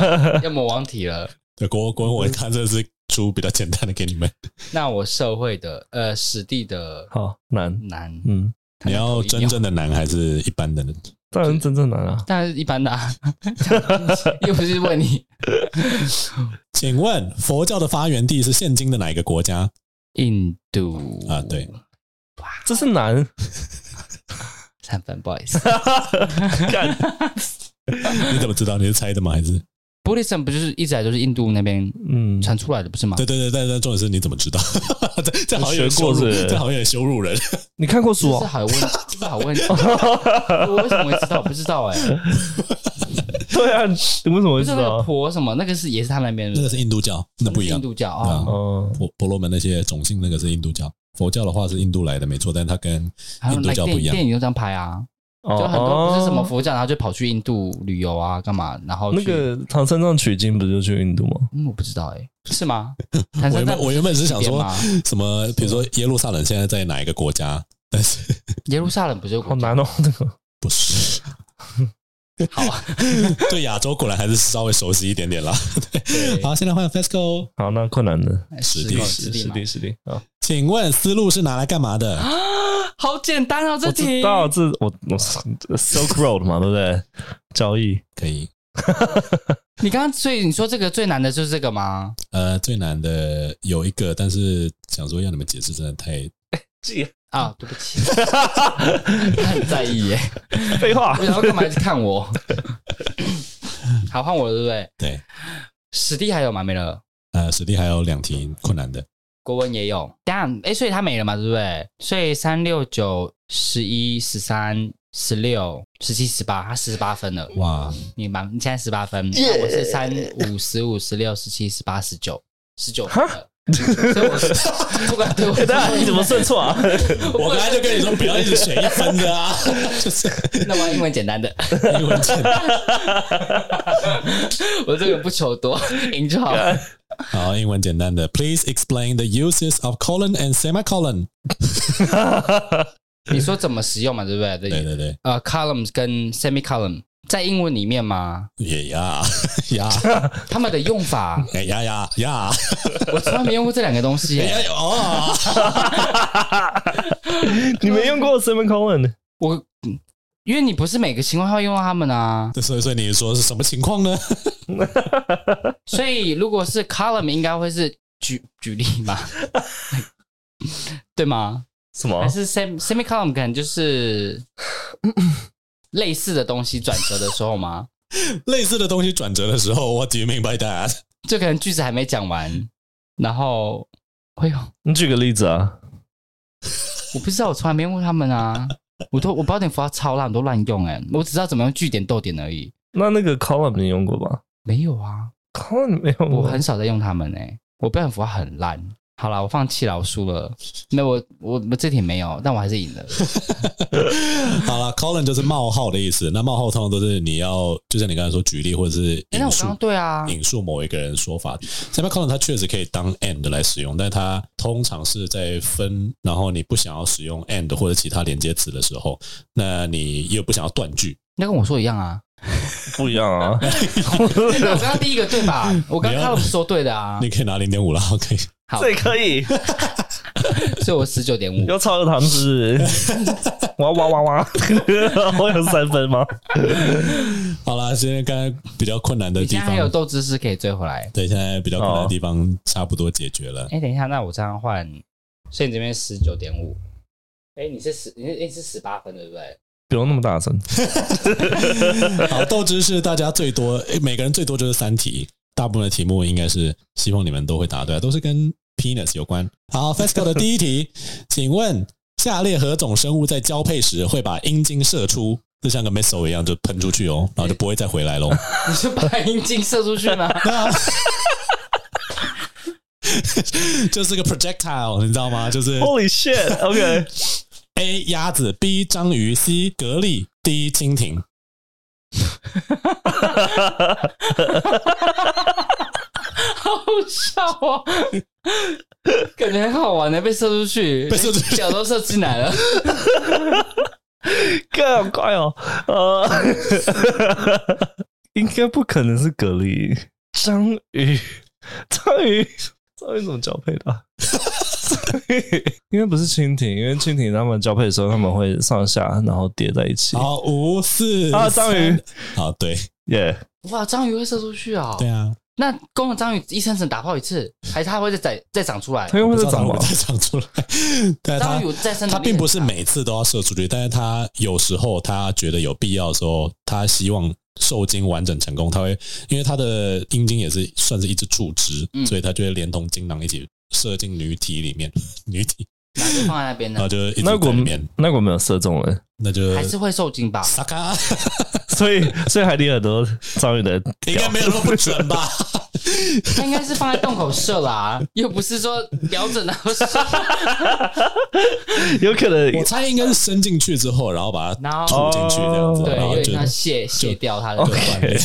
B: <laughs>
C: 要魔王体了。
B: 对国国文，他这是出比较简单的给你们。
C: 那我社会的呃实地的
A: 好难，
C: 难，
A: 嗯，
B: 你要真正的难还是一般的
A: 当然真正难啊。
C: 但是一般的、啊，又不是问你
B: 请问佛教的发源地是现今的哪一个国家？
C: 印度
B: 啊对，
A: 这是难，
C: 三分，不好意思
A: 干
B: 你怎么知道？你是猜的吗？还是？
C: ，Buddhism 不就是一直来都是印度那边
A: 嗯，
C: 传出来的，不是吗？
B: 对对对，但但重点是你怎么知道？ <laughs> 这这好像有点
A: 学过
B: 羞
A: 是
B: 辱，
A: 不是
B: 这好像有点羞辱人。
A: 你看过书
B: 啊
C: 这是
A: 哦？
C: 好问，这是好问题。
B: <laughs>
C: 我为什么会知道？我不知道哎、
A: <laughs> 对啊，你为什么
C: 不
A: 会
C: 是
A: 知
C: 那个
A: 道？
C: 婆什么，那个是也是他们那边
B: 那
C: 的
B: 个是印度教，那不一样
C: 印。度教
B: 啊
C: 啊，哦
A: 哦，
B: 婆婆罗门那些种姓那个是印度教，佛教的话是印度来的，没错，但它跟
C: 还
B: 啊
C: 有
B: 印度
C: 那
B: 教不一
C: 电
B: 样
C: 电影就这样拍啊，
A: 就
C: 就很多不是什么佛教，然后就跑去印度旅游啊，干嘛？然后
A: 哦那
C: 去
A: 个唐三藏取经不就去印度吗？
C: 嗯，我不知道哎、是吗？唐
B: 我
C: 三
B: 原
C: 藏
B: 本我原本是想
C: 边
B: 说
C: 吗
B: <laughs> 什么，比如说耶路撒冷现在在哪一个国家？但是
C: 耶路撒冷不是有
A: 好难哦，那个
B: 不是？
C: 好啊，
B: 对亚洲果然还是稍微熟悉一点点啦。
C: <laughs> 对
B: 好，现在换 FESCO，
A: 好，那困难的
C: 实
B: 地
C: 地
B: 实
C: 实
A: 实
C: 嘛 <gasps>
A: 地实地啊！
B: 请问丝路是拿来干嘛的？
C: 好简单哦，这
A: 我
C: 题
A: 知道这我我 Silk Road 嘛，对不对？交易
B: 可以，
C: 你刚刚所以你说这个最难的就是这个吗？
B: 呃，最难的有一个，但是想说要你们解释，真的太
C: 啊，对不起， <laughs> 他很在意耶，
A: 废 <laughs> 话
C: 我，想说干嘛一直看我？ <coughs> 好，换我了，对不对？
B: 对。
C: 史地还有吗？没了。
B: 呃，史地还有两题困难的，
C: 国文也有，但哎，所以他没了嘛，对不对？所以三六九十一十三十六十七十八，他十八分了。
B: 哇，
C: 你满，你现在十八分，那我是三五十五十六十七十八十九十九分了。所以我是不管对我
A: 哎，大家你怎么算错啊？ <laughs>
B: 我刚才就跟你说不要一直选一分的啊， <laughs> 就是
C: 那我要英文简单的，
B: 英文简单，
C: 我这个不求多， <laughs> 赢就好。
B: 好，英文简单的，Please explain the uses of colon and semicolon。
C: 你说怎么使用嘛，对不对？
B: 对对对，
C: 呃，columns 跟 semicolon 在英文里面嘛，
B: 也呀 <laughs>
C: <laughs>
B: 呀，
C: 他们的用法，
B: 哎呀呀呀，
C: 我从来没用过这两个东
B: <laughs>
C: 西
B: 哎
C: 耶。
B: 呀
C: <laughs>
B: 哦，
A: 你没用过 Simon Cohen？
C: 我嗯因为你不是每个情况会用到它们啊，
B: 所以所以你说是什么情况
C: <laughs>
B: 呢？
C: 所以如果是 column 应该会是举举例嘛， <laughs> 对吗？
A: 什么
C: 还？是 sem semicolon 可能就是类似的东西转折的时候吗？
B: 类似的东西转折的时候，What do you mean by
C: <laughs>
B: that？
C: 就可能句子还没讲完，然后，哎呦，
A: 你举个例子啊？
C: 我不知道，我从来没用过他们啊，我都我标点符号超烂，我都乱用哎、我只知道怎么用句点逗点而已，
A: 那那个 column 你用过吧
C: 没有啊，
A: ？column 没用过，
B: 嗯
C: 我很少在用他们哎、我标点符号很烂。好啦，我放弃了，我输了。没有，我我我这题没有，但我还是赢
B: <laughs>
C: 了。
B: 好了，colon 就是冒号的意思，那冒号通常都是你要，就像你刚才说举例或者是
C: 哎，那
B: 引
C: 我
B: 述
C: 刚刚对啊，
B: 引述某一个人的说法。semicolon 它确实可以当 and 来使用，但它通常是在分，然后你不想要使用 and 或者其他连接词的时候，那你又不想要断句，
C: 那跟我说一
B: <laughs>
C: 样啊。
A: 不一样 <laughs> 啊。
C: 那我刚刚第一个对吧？我刚刚他们说对的啊
B: 你。可以拿零点五了，OK？
C: 好，
A: 这也可以，
C: 所以我十九点五。
A: 要超有糖汁，哇哇哇哇！ <laughs> 我有三分吗？
B: 好啦，现在刚才比较困难的
C: 你
B: 地
C: 现在还有哦
B: 方，
C: 豆知识可以追回来。
B: 对，现在比较困难的地方差不多解决了。
C: 哎、等一下，那我这样换，所以你这边十九点五。哎，你是十，你是你是十八分对不对？ <laughs>
A: 不用那么大声。
B: <laughs> 好，斗知是大家最多，诶每个人最多就是三题，大部分的题目应该是希望你们都会答对啊，都是跟 penis 有关。好，FESCO E 的第一题，请问下列何种生物在交配时会把阴茎射出？就像个 missile 一样，就喷出去哦，
A: 嗯
B: 然后就不会再回
A: <laughs>
B: 来喽。
C: 你是把阴茎射
B: <laughs>
C: 出去吗？
B: 那就是个 projectile，你知道吗？就是
A: Holy shit！OK，
B: A 鸭子，B 章鱼，C 蛤蜊，D 蜻蜓。
C: 好笑哦， <laughs> 感觉很好玩呢，被射出去，
B: 被射出去
C: 脚都射进来了。
A: 更好快哦。呃， <laughs> 应该不可能是蛤蜊、章鱼、章鱼、章鱼怎么交配的啊？ <laughs> 因为不是蜻蜓，因为蜻蜓它们交配的时候，它们会上下然后叠在一起。
B: 好，五四
A: 啊章鱼，
B: 三好，对
A: 耶、
C: 哇，章鱼会射出去啊、
B: 对啊，
C: 那公的章鱼一生只能打炮一次，还是它会再再再长出来
A: 它？又会
B: 不知
A: 再
B: 道
A: 长毛
B: 会不会。再长出来。啊但
C: 章
B: 它
C: 鱼有再生能力
B: 它并不是
C: 很大
B: 每次都要射出去，但是它有时候它觉得有必要的时候，它希望受精完整成功，它会因为它的阴茎也是算是一只触枝，
C: 嗯
B: 所以它就会连同精囊一起射进女体里面，女体，
C: 哪就放在那边
B: 然
C: 呢
B: 后，就一直
A: 那
B: 在
A: 我
B: 里
A: 们
B: 面，
A: 那我没有射中了，
B: 那就
C: 还是会受精
B: <laughs>
C: 吧？
B: 撒卡，
A: 所以所以海底很多章鱼的
B: 应该没有那么不准吧？
C: 它应该是放在洞口射啦，又不是说瞄准
B: <laughs>
C: 然后射，
A: <laughs> 有可能
B: 我猜应该是伸进去之后，然后把它
C: 然后
B: 吐进去这样子，
C: 哦对，
B: 哦然后就
C: 有
B: 哦
C: 点像卸卸掉它的。 <laughs>
B: 断裂。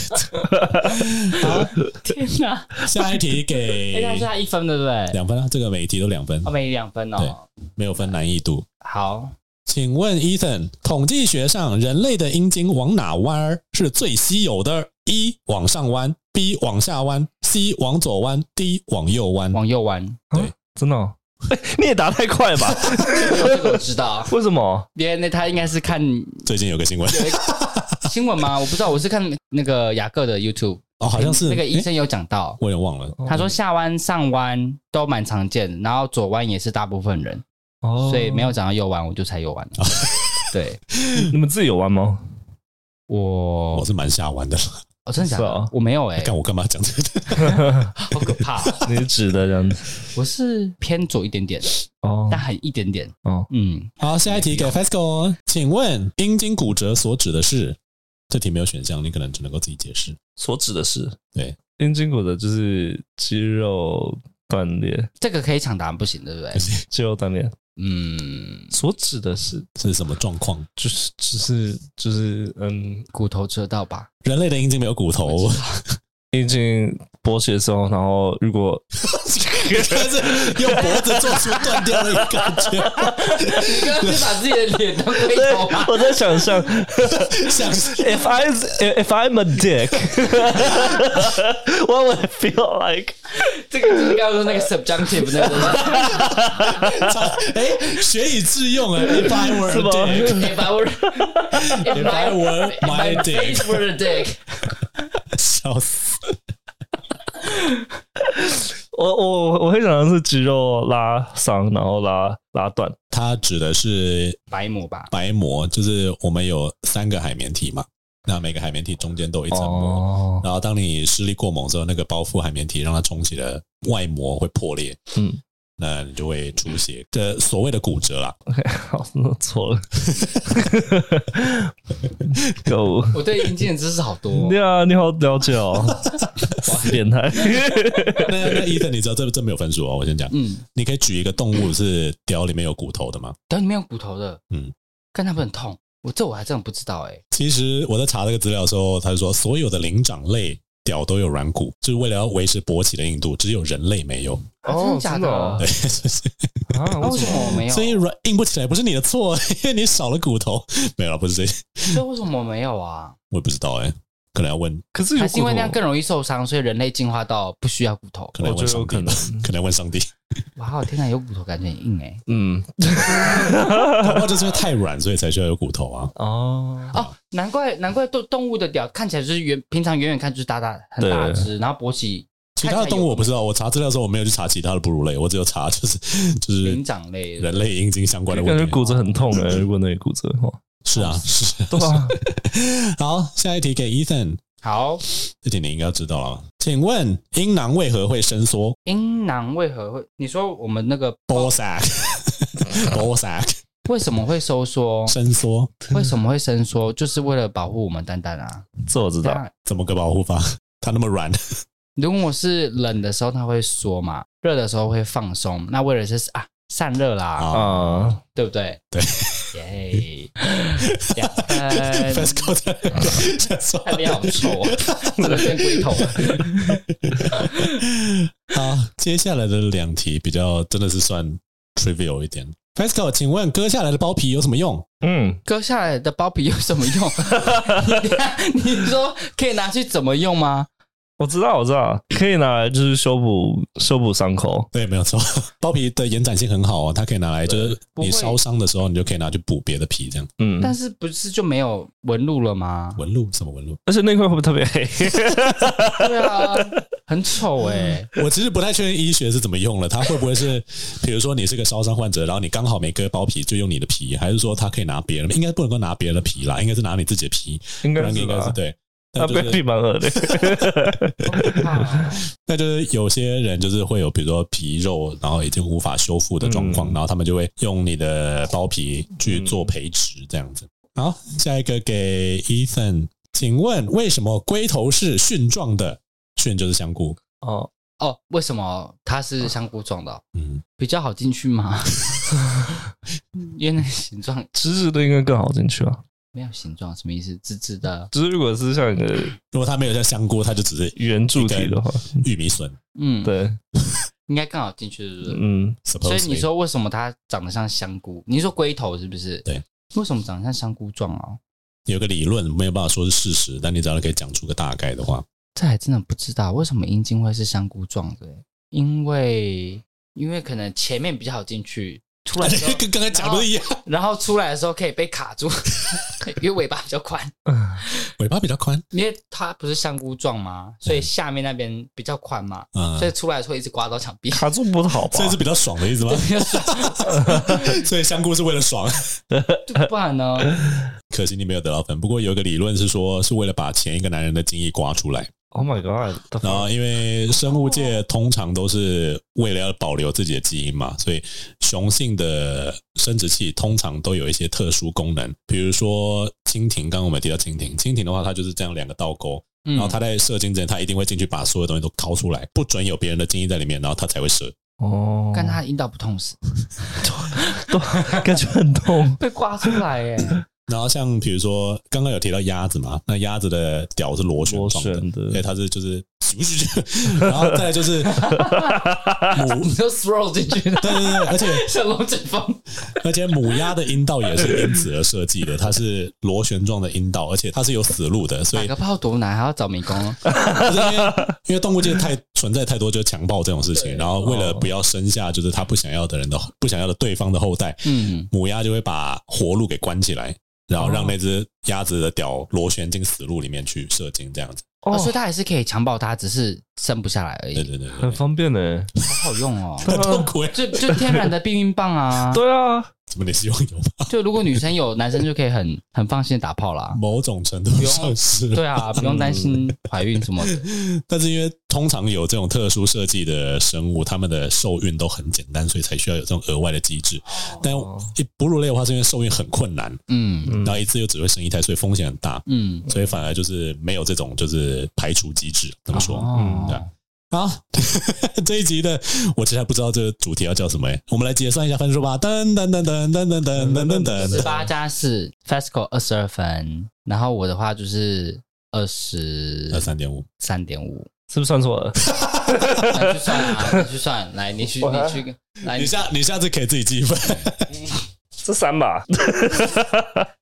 C: 天哪！
B: 下一题
C: 哎，那是
B: 给
C: 它一分对不对？
B: 两分啊，这个每一题都两分
C: 哦，，没两分哦。
B: 没有分难易度。
C: 好，
B: 请问 Ethan，统计学上人类的阴茎往哪弯儿是最稀有的？一往上弯，B 往下弯，C 往左弯，D 往右弯。
C: 往右弯。
A: 真的、哦，你也答太快吧？
C: 这个我
B: <laughs>
C: 知道，
A: <laughs> 为什么？
C: 别人那他应该是看
B: 最近有个新
C: <laughs>
B: 闻
C: 新闻吗？我不知道，我是看那个雅各的 YouTube，
B: 哦，好像是
C: 那个医
B: 诶
C: 生有讲到，
B: 我有点忘
A: 哦
B: 了。
C: 他说下弯、上弯都蛮常见的，然后左弯也是大部分人，
A: 哦，
C: 所以没有讲到右弯，我就猜右弯了。 <laughs> 对，
A: 你们自己有玩吗？ <laughs>
C: 我
B: 我是蛮下弯的，
C: 哦，真的假
A: 是
C: 的
A: 哦？
C: 我没有哎，
B: 看我干嘛讲这个？ <laughs>
C: 好可怕哦！
A: 你是指的这样子
C: 我是偏左一点点，
A: 哦
C: 但很一点点。
A: 哦，
C: 嗯，
B: 好，下一题给 Fasco，请问阴茎骨折所指的是？这题没有选项，你可能只能够自己解释。
A: 所指的是
B: 对
A: 阴茎骨的就是肌肉断裂，
C: 这个可以抢答案不行，对不对？
A: 肌肉断裂
C: 嗯，
A: 所指的是
B: 是什么状况？
A: 就是就是就是嗯，
C: 骨头遮到吧？
B: 人类的阴茎没有骨
C: <laughs>
B: 头，
A: 阴茎勃起的时候，然后如 <laughs> 果
B: 但是用脖子做出断掉的感觉。
C: 你刚刚是把自己的脸当
A: 哎
C: 龟
A: <laughs>
C: 头吗？
A: 我在想象
B: 像是
A: ，if I if I'm a <laughs> dick, what would I feel like？
C: 这个就是刚刚说那个 subjunctive 那个东
B: <laughs>
C: 西。
B: 哎，学以致用
A: <laughs>
B: 哎，If I were
A: 是
B: a
A: 吗
B: dick,
C: <laughs> If I were, if
B: if I were
C: if
B: my
C: my
B: dick，
C: face were a dick，
B: 笑死！
A: 我我我会想的是肌肉拉伤，然后拉拉断。
B: 它指的是
C: 白膜吧？
B: 白膜，就是我们有三个海绵体嘛，那每个海绵体中间都有一层膜。
A: 哦，
B: 然后，当你施力过猛之后，那个包覆海绵体让它冲洗的外膜会破裂，
A: 嗯，
B: 那你就会出血，这所谓的骨折 <laughs> 啦。
A: 好，那错了。 <laughs> 狗，
C: <laughs> 我对阴茎的知识好多
A: 对，啊，你好 <laughs> 了解
B: <laughs>
A: 哦，死变态。
B: 那那伊森，你知道这这没有分数哦，我先讲，
C: 嗯，
B: 你可以举一个动物是屌里面有骨头的吗？
C: 然后里面有骨头的，嗯
B: 嗯，
C: 但它不很痛。我这我还真的不知道哎，
B: 其实我在查这个资料的时候，他就说所有的灵长类屌都有软骨，就是为了要维持勃起的硬度，只有人类没有。
C: 哦真的假的
A: 哦
B: 对，就是
A: 真的哦
C: 那
A: <laughs> 啊
C: 为什么我没有？
B: 所
C: 所
B: 以
C: 以
B: 软硬不起来不是你的错，因为你少了骨头。没有了，不是这，
C: 为什么我没有啊？
B: 我也不知道哎、可能要问，
A: 可是有
C: 还是因为
A: 骨
C: 那
A: 头
C: 样更容易受伤，所以人类进化到不需要骨头。
B: 可能要
A: 我觉
B: 问
A: 得有
B: 上帝吧，
A: 可能
B: <laughs> 可能要问上
A: <laughs>
B: 帝。
C: 哇，天哪，有骨头感觉很硬哎。
A: 嗯
B: 搞不好就是因为太软，所以才需要有骨头啊。
A: 哦
C: 哦，难怪难怪动动物的屌看起来就是远，平常远远看就是大大很大只，然后勃起
B: 其他的动物我不知道，我查资料的时候我没有去查其他的哺乳类，我只有查就是就是
C: 灵长类的
B: 人类阴茎相关的
A: 感
B: 问
A: 觉
B: 题。
A: 骨折很痛
B: <laughs>
A: 哎，如果那里骨折的话，
B: 是啊，是啊。
A: 对啊，
B: 好，下一题给 Ethan。
C: 好，
B: 这点你应该知道了。请问阴囊为何会伸缩
C: 阴囊为何会？你说我们那个
A: 哦
B: ？ball sack，ball sack
C: 为什么会收缩？
B: 伸缩
C: 为什么会伸缩？就是为了保护我们蛋蛋啊。
A: 这我知道。
C: 但
B: 怎么个保护法？它那么软，
C: 如果是冷的时候，它会缩嘛；热的时候会放松。那为了是啊，散热啦，
B: 啊
A: 啊，
C: 对不对？
B: 对，
C: 耶，两
B: f
C: 分
B: a，s c o 在说
C: 呃太面好臭哦，怎么变龟头了？
B: 好，接下来的两题比较真的是算 trivial 一点。f a s c o 请问割下来的包皮有什么用？
A: 嗯，
C: 割下来 <laughs> 的包皮有什么用？你你说可以拿去怎么用吗？
A: 我知道，我知道，可以拿来就是修补修补伤口。
B: 对，没有错， <laughs> 包皮的延展性很好哦，它可以拿来就是
C: 不会
B: 你烧伤的时候，你就可以拿去补别的皮，这样
A: 嗯，
C: 但是不是就没有纹路了吗？
B: 纹路什么纹路？
A: 而且那块会不会特别
B: <laughs>
A: 黑？
C: 对啊，很丑哎、
B: <laughs> 我其实不太确定医学是怎么用了，它会不会
A: <laughs>
B: 是比如说你是个烧伤患者，然后你刚好没割包皮，就用你的皮，还是说它可以拿别人？应该不能够拿别人的皮啦，应该是拿你自己的皮，
A: 应
B: 不
A: 该
B: 然
A: 是
B: 应该是
A: 吧？
B: 对。
A: 啊，
B: 但就
A: 被
B: 是
A: 闭蛮恶的。
B: <laughs>
C: 好可怕哦
B: 那就是有些人就是会有，比如说皮肉，然后已经无法修复的状况，
A: 嗯
B: 然后他们就会用你的包皮去做培植这样子。
A: 嗯
B: 好，下一个给 Ethan，请问为什么龟头是蕈状的？蕈就是香菇，
A: 哦，
C: 哦，为什么它是香菇状的哦、
B: 嗯，
C: 比较好进去吗？ <laughs> 因为那形状
A: 直直的应该更好进去吧？
C: 没有形状，什么意思？直直的，
A: 只是如果是像你的
B: 如果它没有像香菇，它就只是
A: 圆柱体的话，
B: 玉米笋。
C: 嗯，，
A: 对，
C: 应该更好进去，是不是？
A: 嗯，
B: 所
C: 所以你说为什么它长得像香菇？你说龟头是不是？
B: 对，
C: 为什么长得像香菇状哦？
B: 有个理论没有办法说是事实，但你只要可以讲出个大概的话，
C: 这还真的不知道为什么阴茎会是香菇状的欸，因为因为可能前面比较好进去，出来的时候
B: <laughs> 跟刚才讲的一样，
C: 然后出来的时候可以被卡住， <laughs> 因为尾巴比较宽，
B: 嗯
A: 啊
B: 尾巴比较宽，
C: 因为它不是香菇状吗？所以下面那边比较宽嘛，
B: 嗯，
C: 所以出来的时候一直刮到墙
A: <laughs>
C: 壁。
A: 卡住不好吧
B: 所以？是比较爽的意思吗？ <laughs> 所以香菇是为了爽。
C: 不然呢？
B: 可惜你没有得到分。不过有一个理论是说，是为了把前一个男人的精液刮出来。
A: Oh my god！the
B: 然
A: fuck？
B: 后，因为生物界通常都是为了要保留自己的基因嘛，所以雄性的生殖器通常都有一些特殊功能。比如说蜻蜓，刚刚我们提到蜻蜓，蜻蜓的话，它就是这样两个倒钩，
C: 然
A: 嗯
B: 然后它在射精之前，它一定会进去把所有东西都掏出来，不准有别人的精液在里面，然后它才会射。
A: 哦，
C: 但它阴道不痛死，
A: 都 <laughs> 感觉很痛。
C: 被刮出来哎，
B: 然后像比如说刚刚有提到鸭子嘛，那鸭子的屌是螺旋
A: 螺
B: 状的
A: 旋，的
B: 对，它是就是，然后再来就是 <laughs> 母，
C: 你就 throw 进去 <laughs> 的，
B: 对对对，而且
C: 像龙卷风。
B: 而且母鸭的阴道也是因此而设计的，它是螺旋状的阴道，而且它是有死路的，
A: <laughs>
B: 所
C: 打
B: 以
C: 个炮毒奶还要找迷哦宫，
B: 就是因为因为动物界太存在太多就是强暴这种事情，然后为了不要生下就是它不想要的人的不想要的对方的后代，
C: 嗯，
B: 母鸭就会把活路给关起来，然后让那只鸭子的屌螺旋进死路里面去射精，这样子。
C: 哦，所以它还是可以强暴它，只是生不下来
B: 对
C: 而已，
B: 对对对
A: 很 <laughs>
B: 对，
A: 方便呢。
C: 好好用哦。
B: 很痛苦耶。
C: 就就天然的避孕棒啊，
A: 对啊，
B: 怎么你希望有吗？
C: 就如果女生有，男生就可以很很放心地打炮啦。
B: 某种程度上是，
C: 对啊，不用担心怀孕什么的。
B: 但是因为通常有这种特殊设计的生物，它们的受孕都很简单，所以才需要有这种额外的机制。但一哺乳类的话，是因为受孕很困难，
C: 嗯
A: 嗯
B: 然后一次又只会生一胎，所以风险很大，
C: 嗯，
B: 所以反而就是没有这种就是排除机制。怎么
C: 哦
B: 说？
A: 嗯
B: 对啊好， <laughs> 这一集的我其实还不知道这个主题要叫什么诶，欸我们来结算一下分数吧。噔噔噔噔噔噔噔噔噔
C: 十
B: 噔，
C: 八加四 f a s c o 二十二分，然后我的话就是二十
B: 二三点五，
C: 三点五，
A: 是不是算错 <laughs> 了？
C: 那去算啊，你去算，来，你去你去来
B: 你，下你下次可以自己记一份。
A: 这三吧。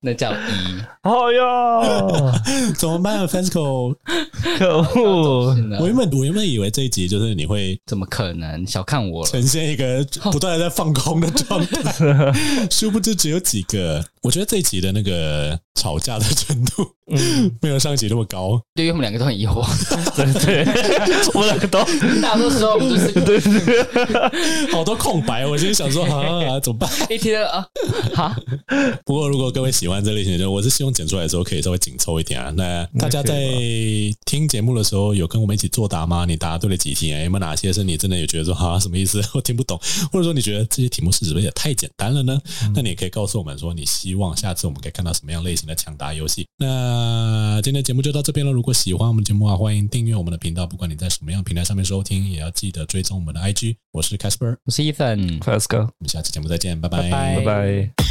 C: 那叫一，
A: 好哟， <laughs>
B: 怎么办 f a n s c o
A: 可恶！
B: 我原本我原本以为这一集就是你会
C: 怎么可能？小看 <laughs> 我了，
B: 呈现一个不断的在放空的状态， <laughs> 殊不知只有几个。我觉得这一集的那个吵架的程度
A: 嗯，
B: 没有上一集那么高。
C: 对于我们两个都很疑惑，
A: <laughs> 对对， <laughs> 我们两个都
C: <laughs> 大多时候我们就是
A: 对对对
B: 好多空白，我今天想说啊，怎么办？
C: <laughs> 一天啊，哈，
B: 不过如果各位喜欢这类型的，我是希望剪出来的时候可以稍微紧凑一点啊。那大家在听节目的时候，有跟我们一起作答吗？你答对了几题啊？有没有哪些是你真的有觉得说啊什么意思？我听不懂，或者说你觉得这些题目 <laughs> 是不是也太简单了呢？那你也可以告诉我们说，你希望下次我们可以看到什么样类型的抢答游戏。那今天的节目就到这边了。如果喜欢我们节目啊，欢迎订阅我们的频道，不管你在什么样的平台上面收听，也要记得追踪我们的 IG。我是 Casper，我
C: 我是 Ethan。
A: ，Let's go，哎
B: 们下期节目再见，拜
C: 拜拜
A: 拜拜。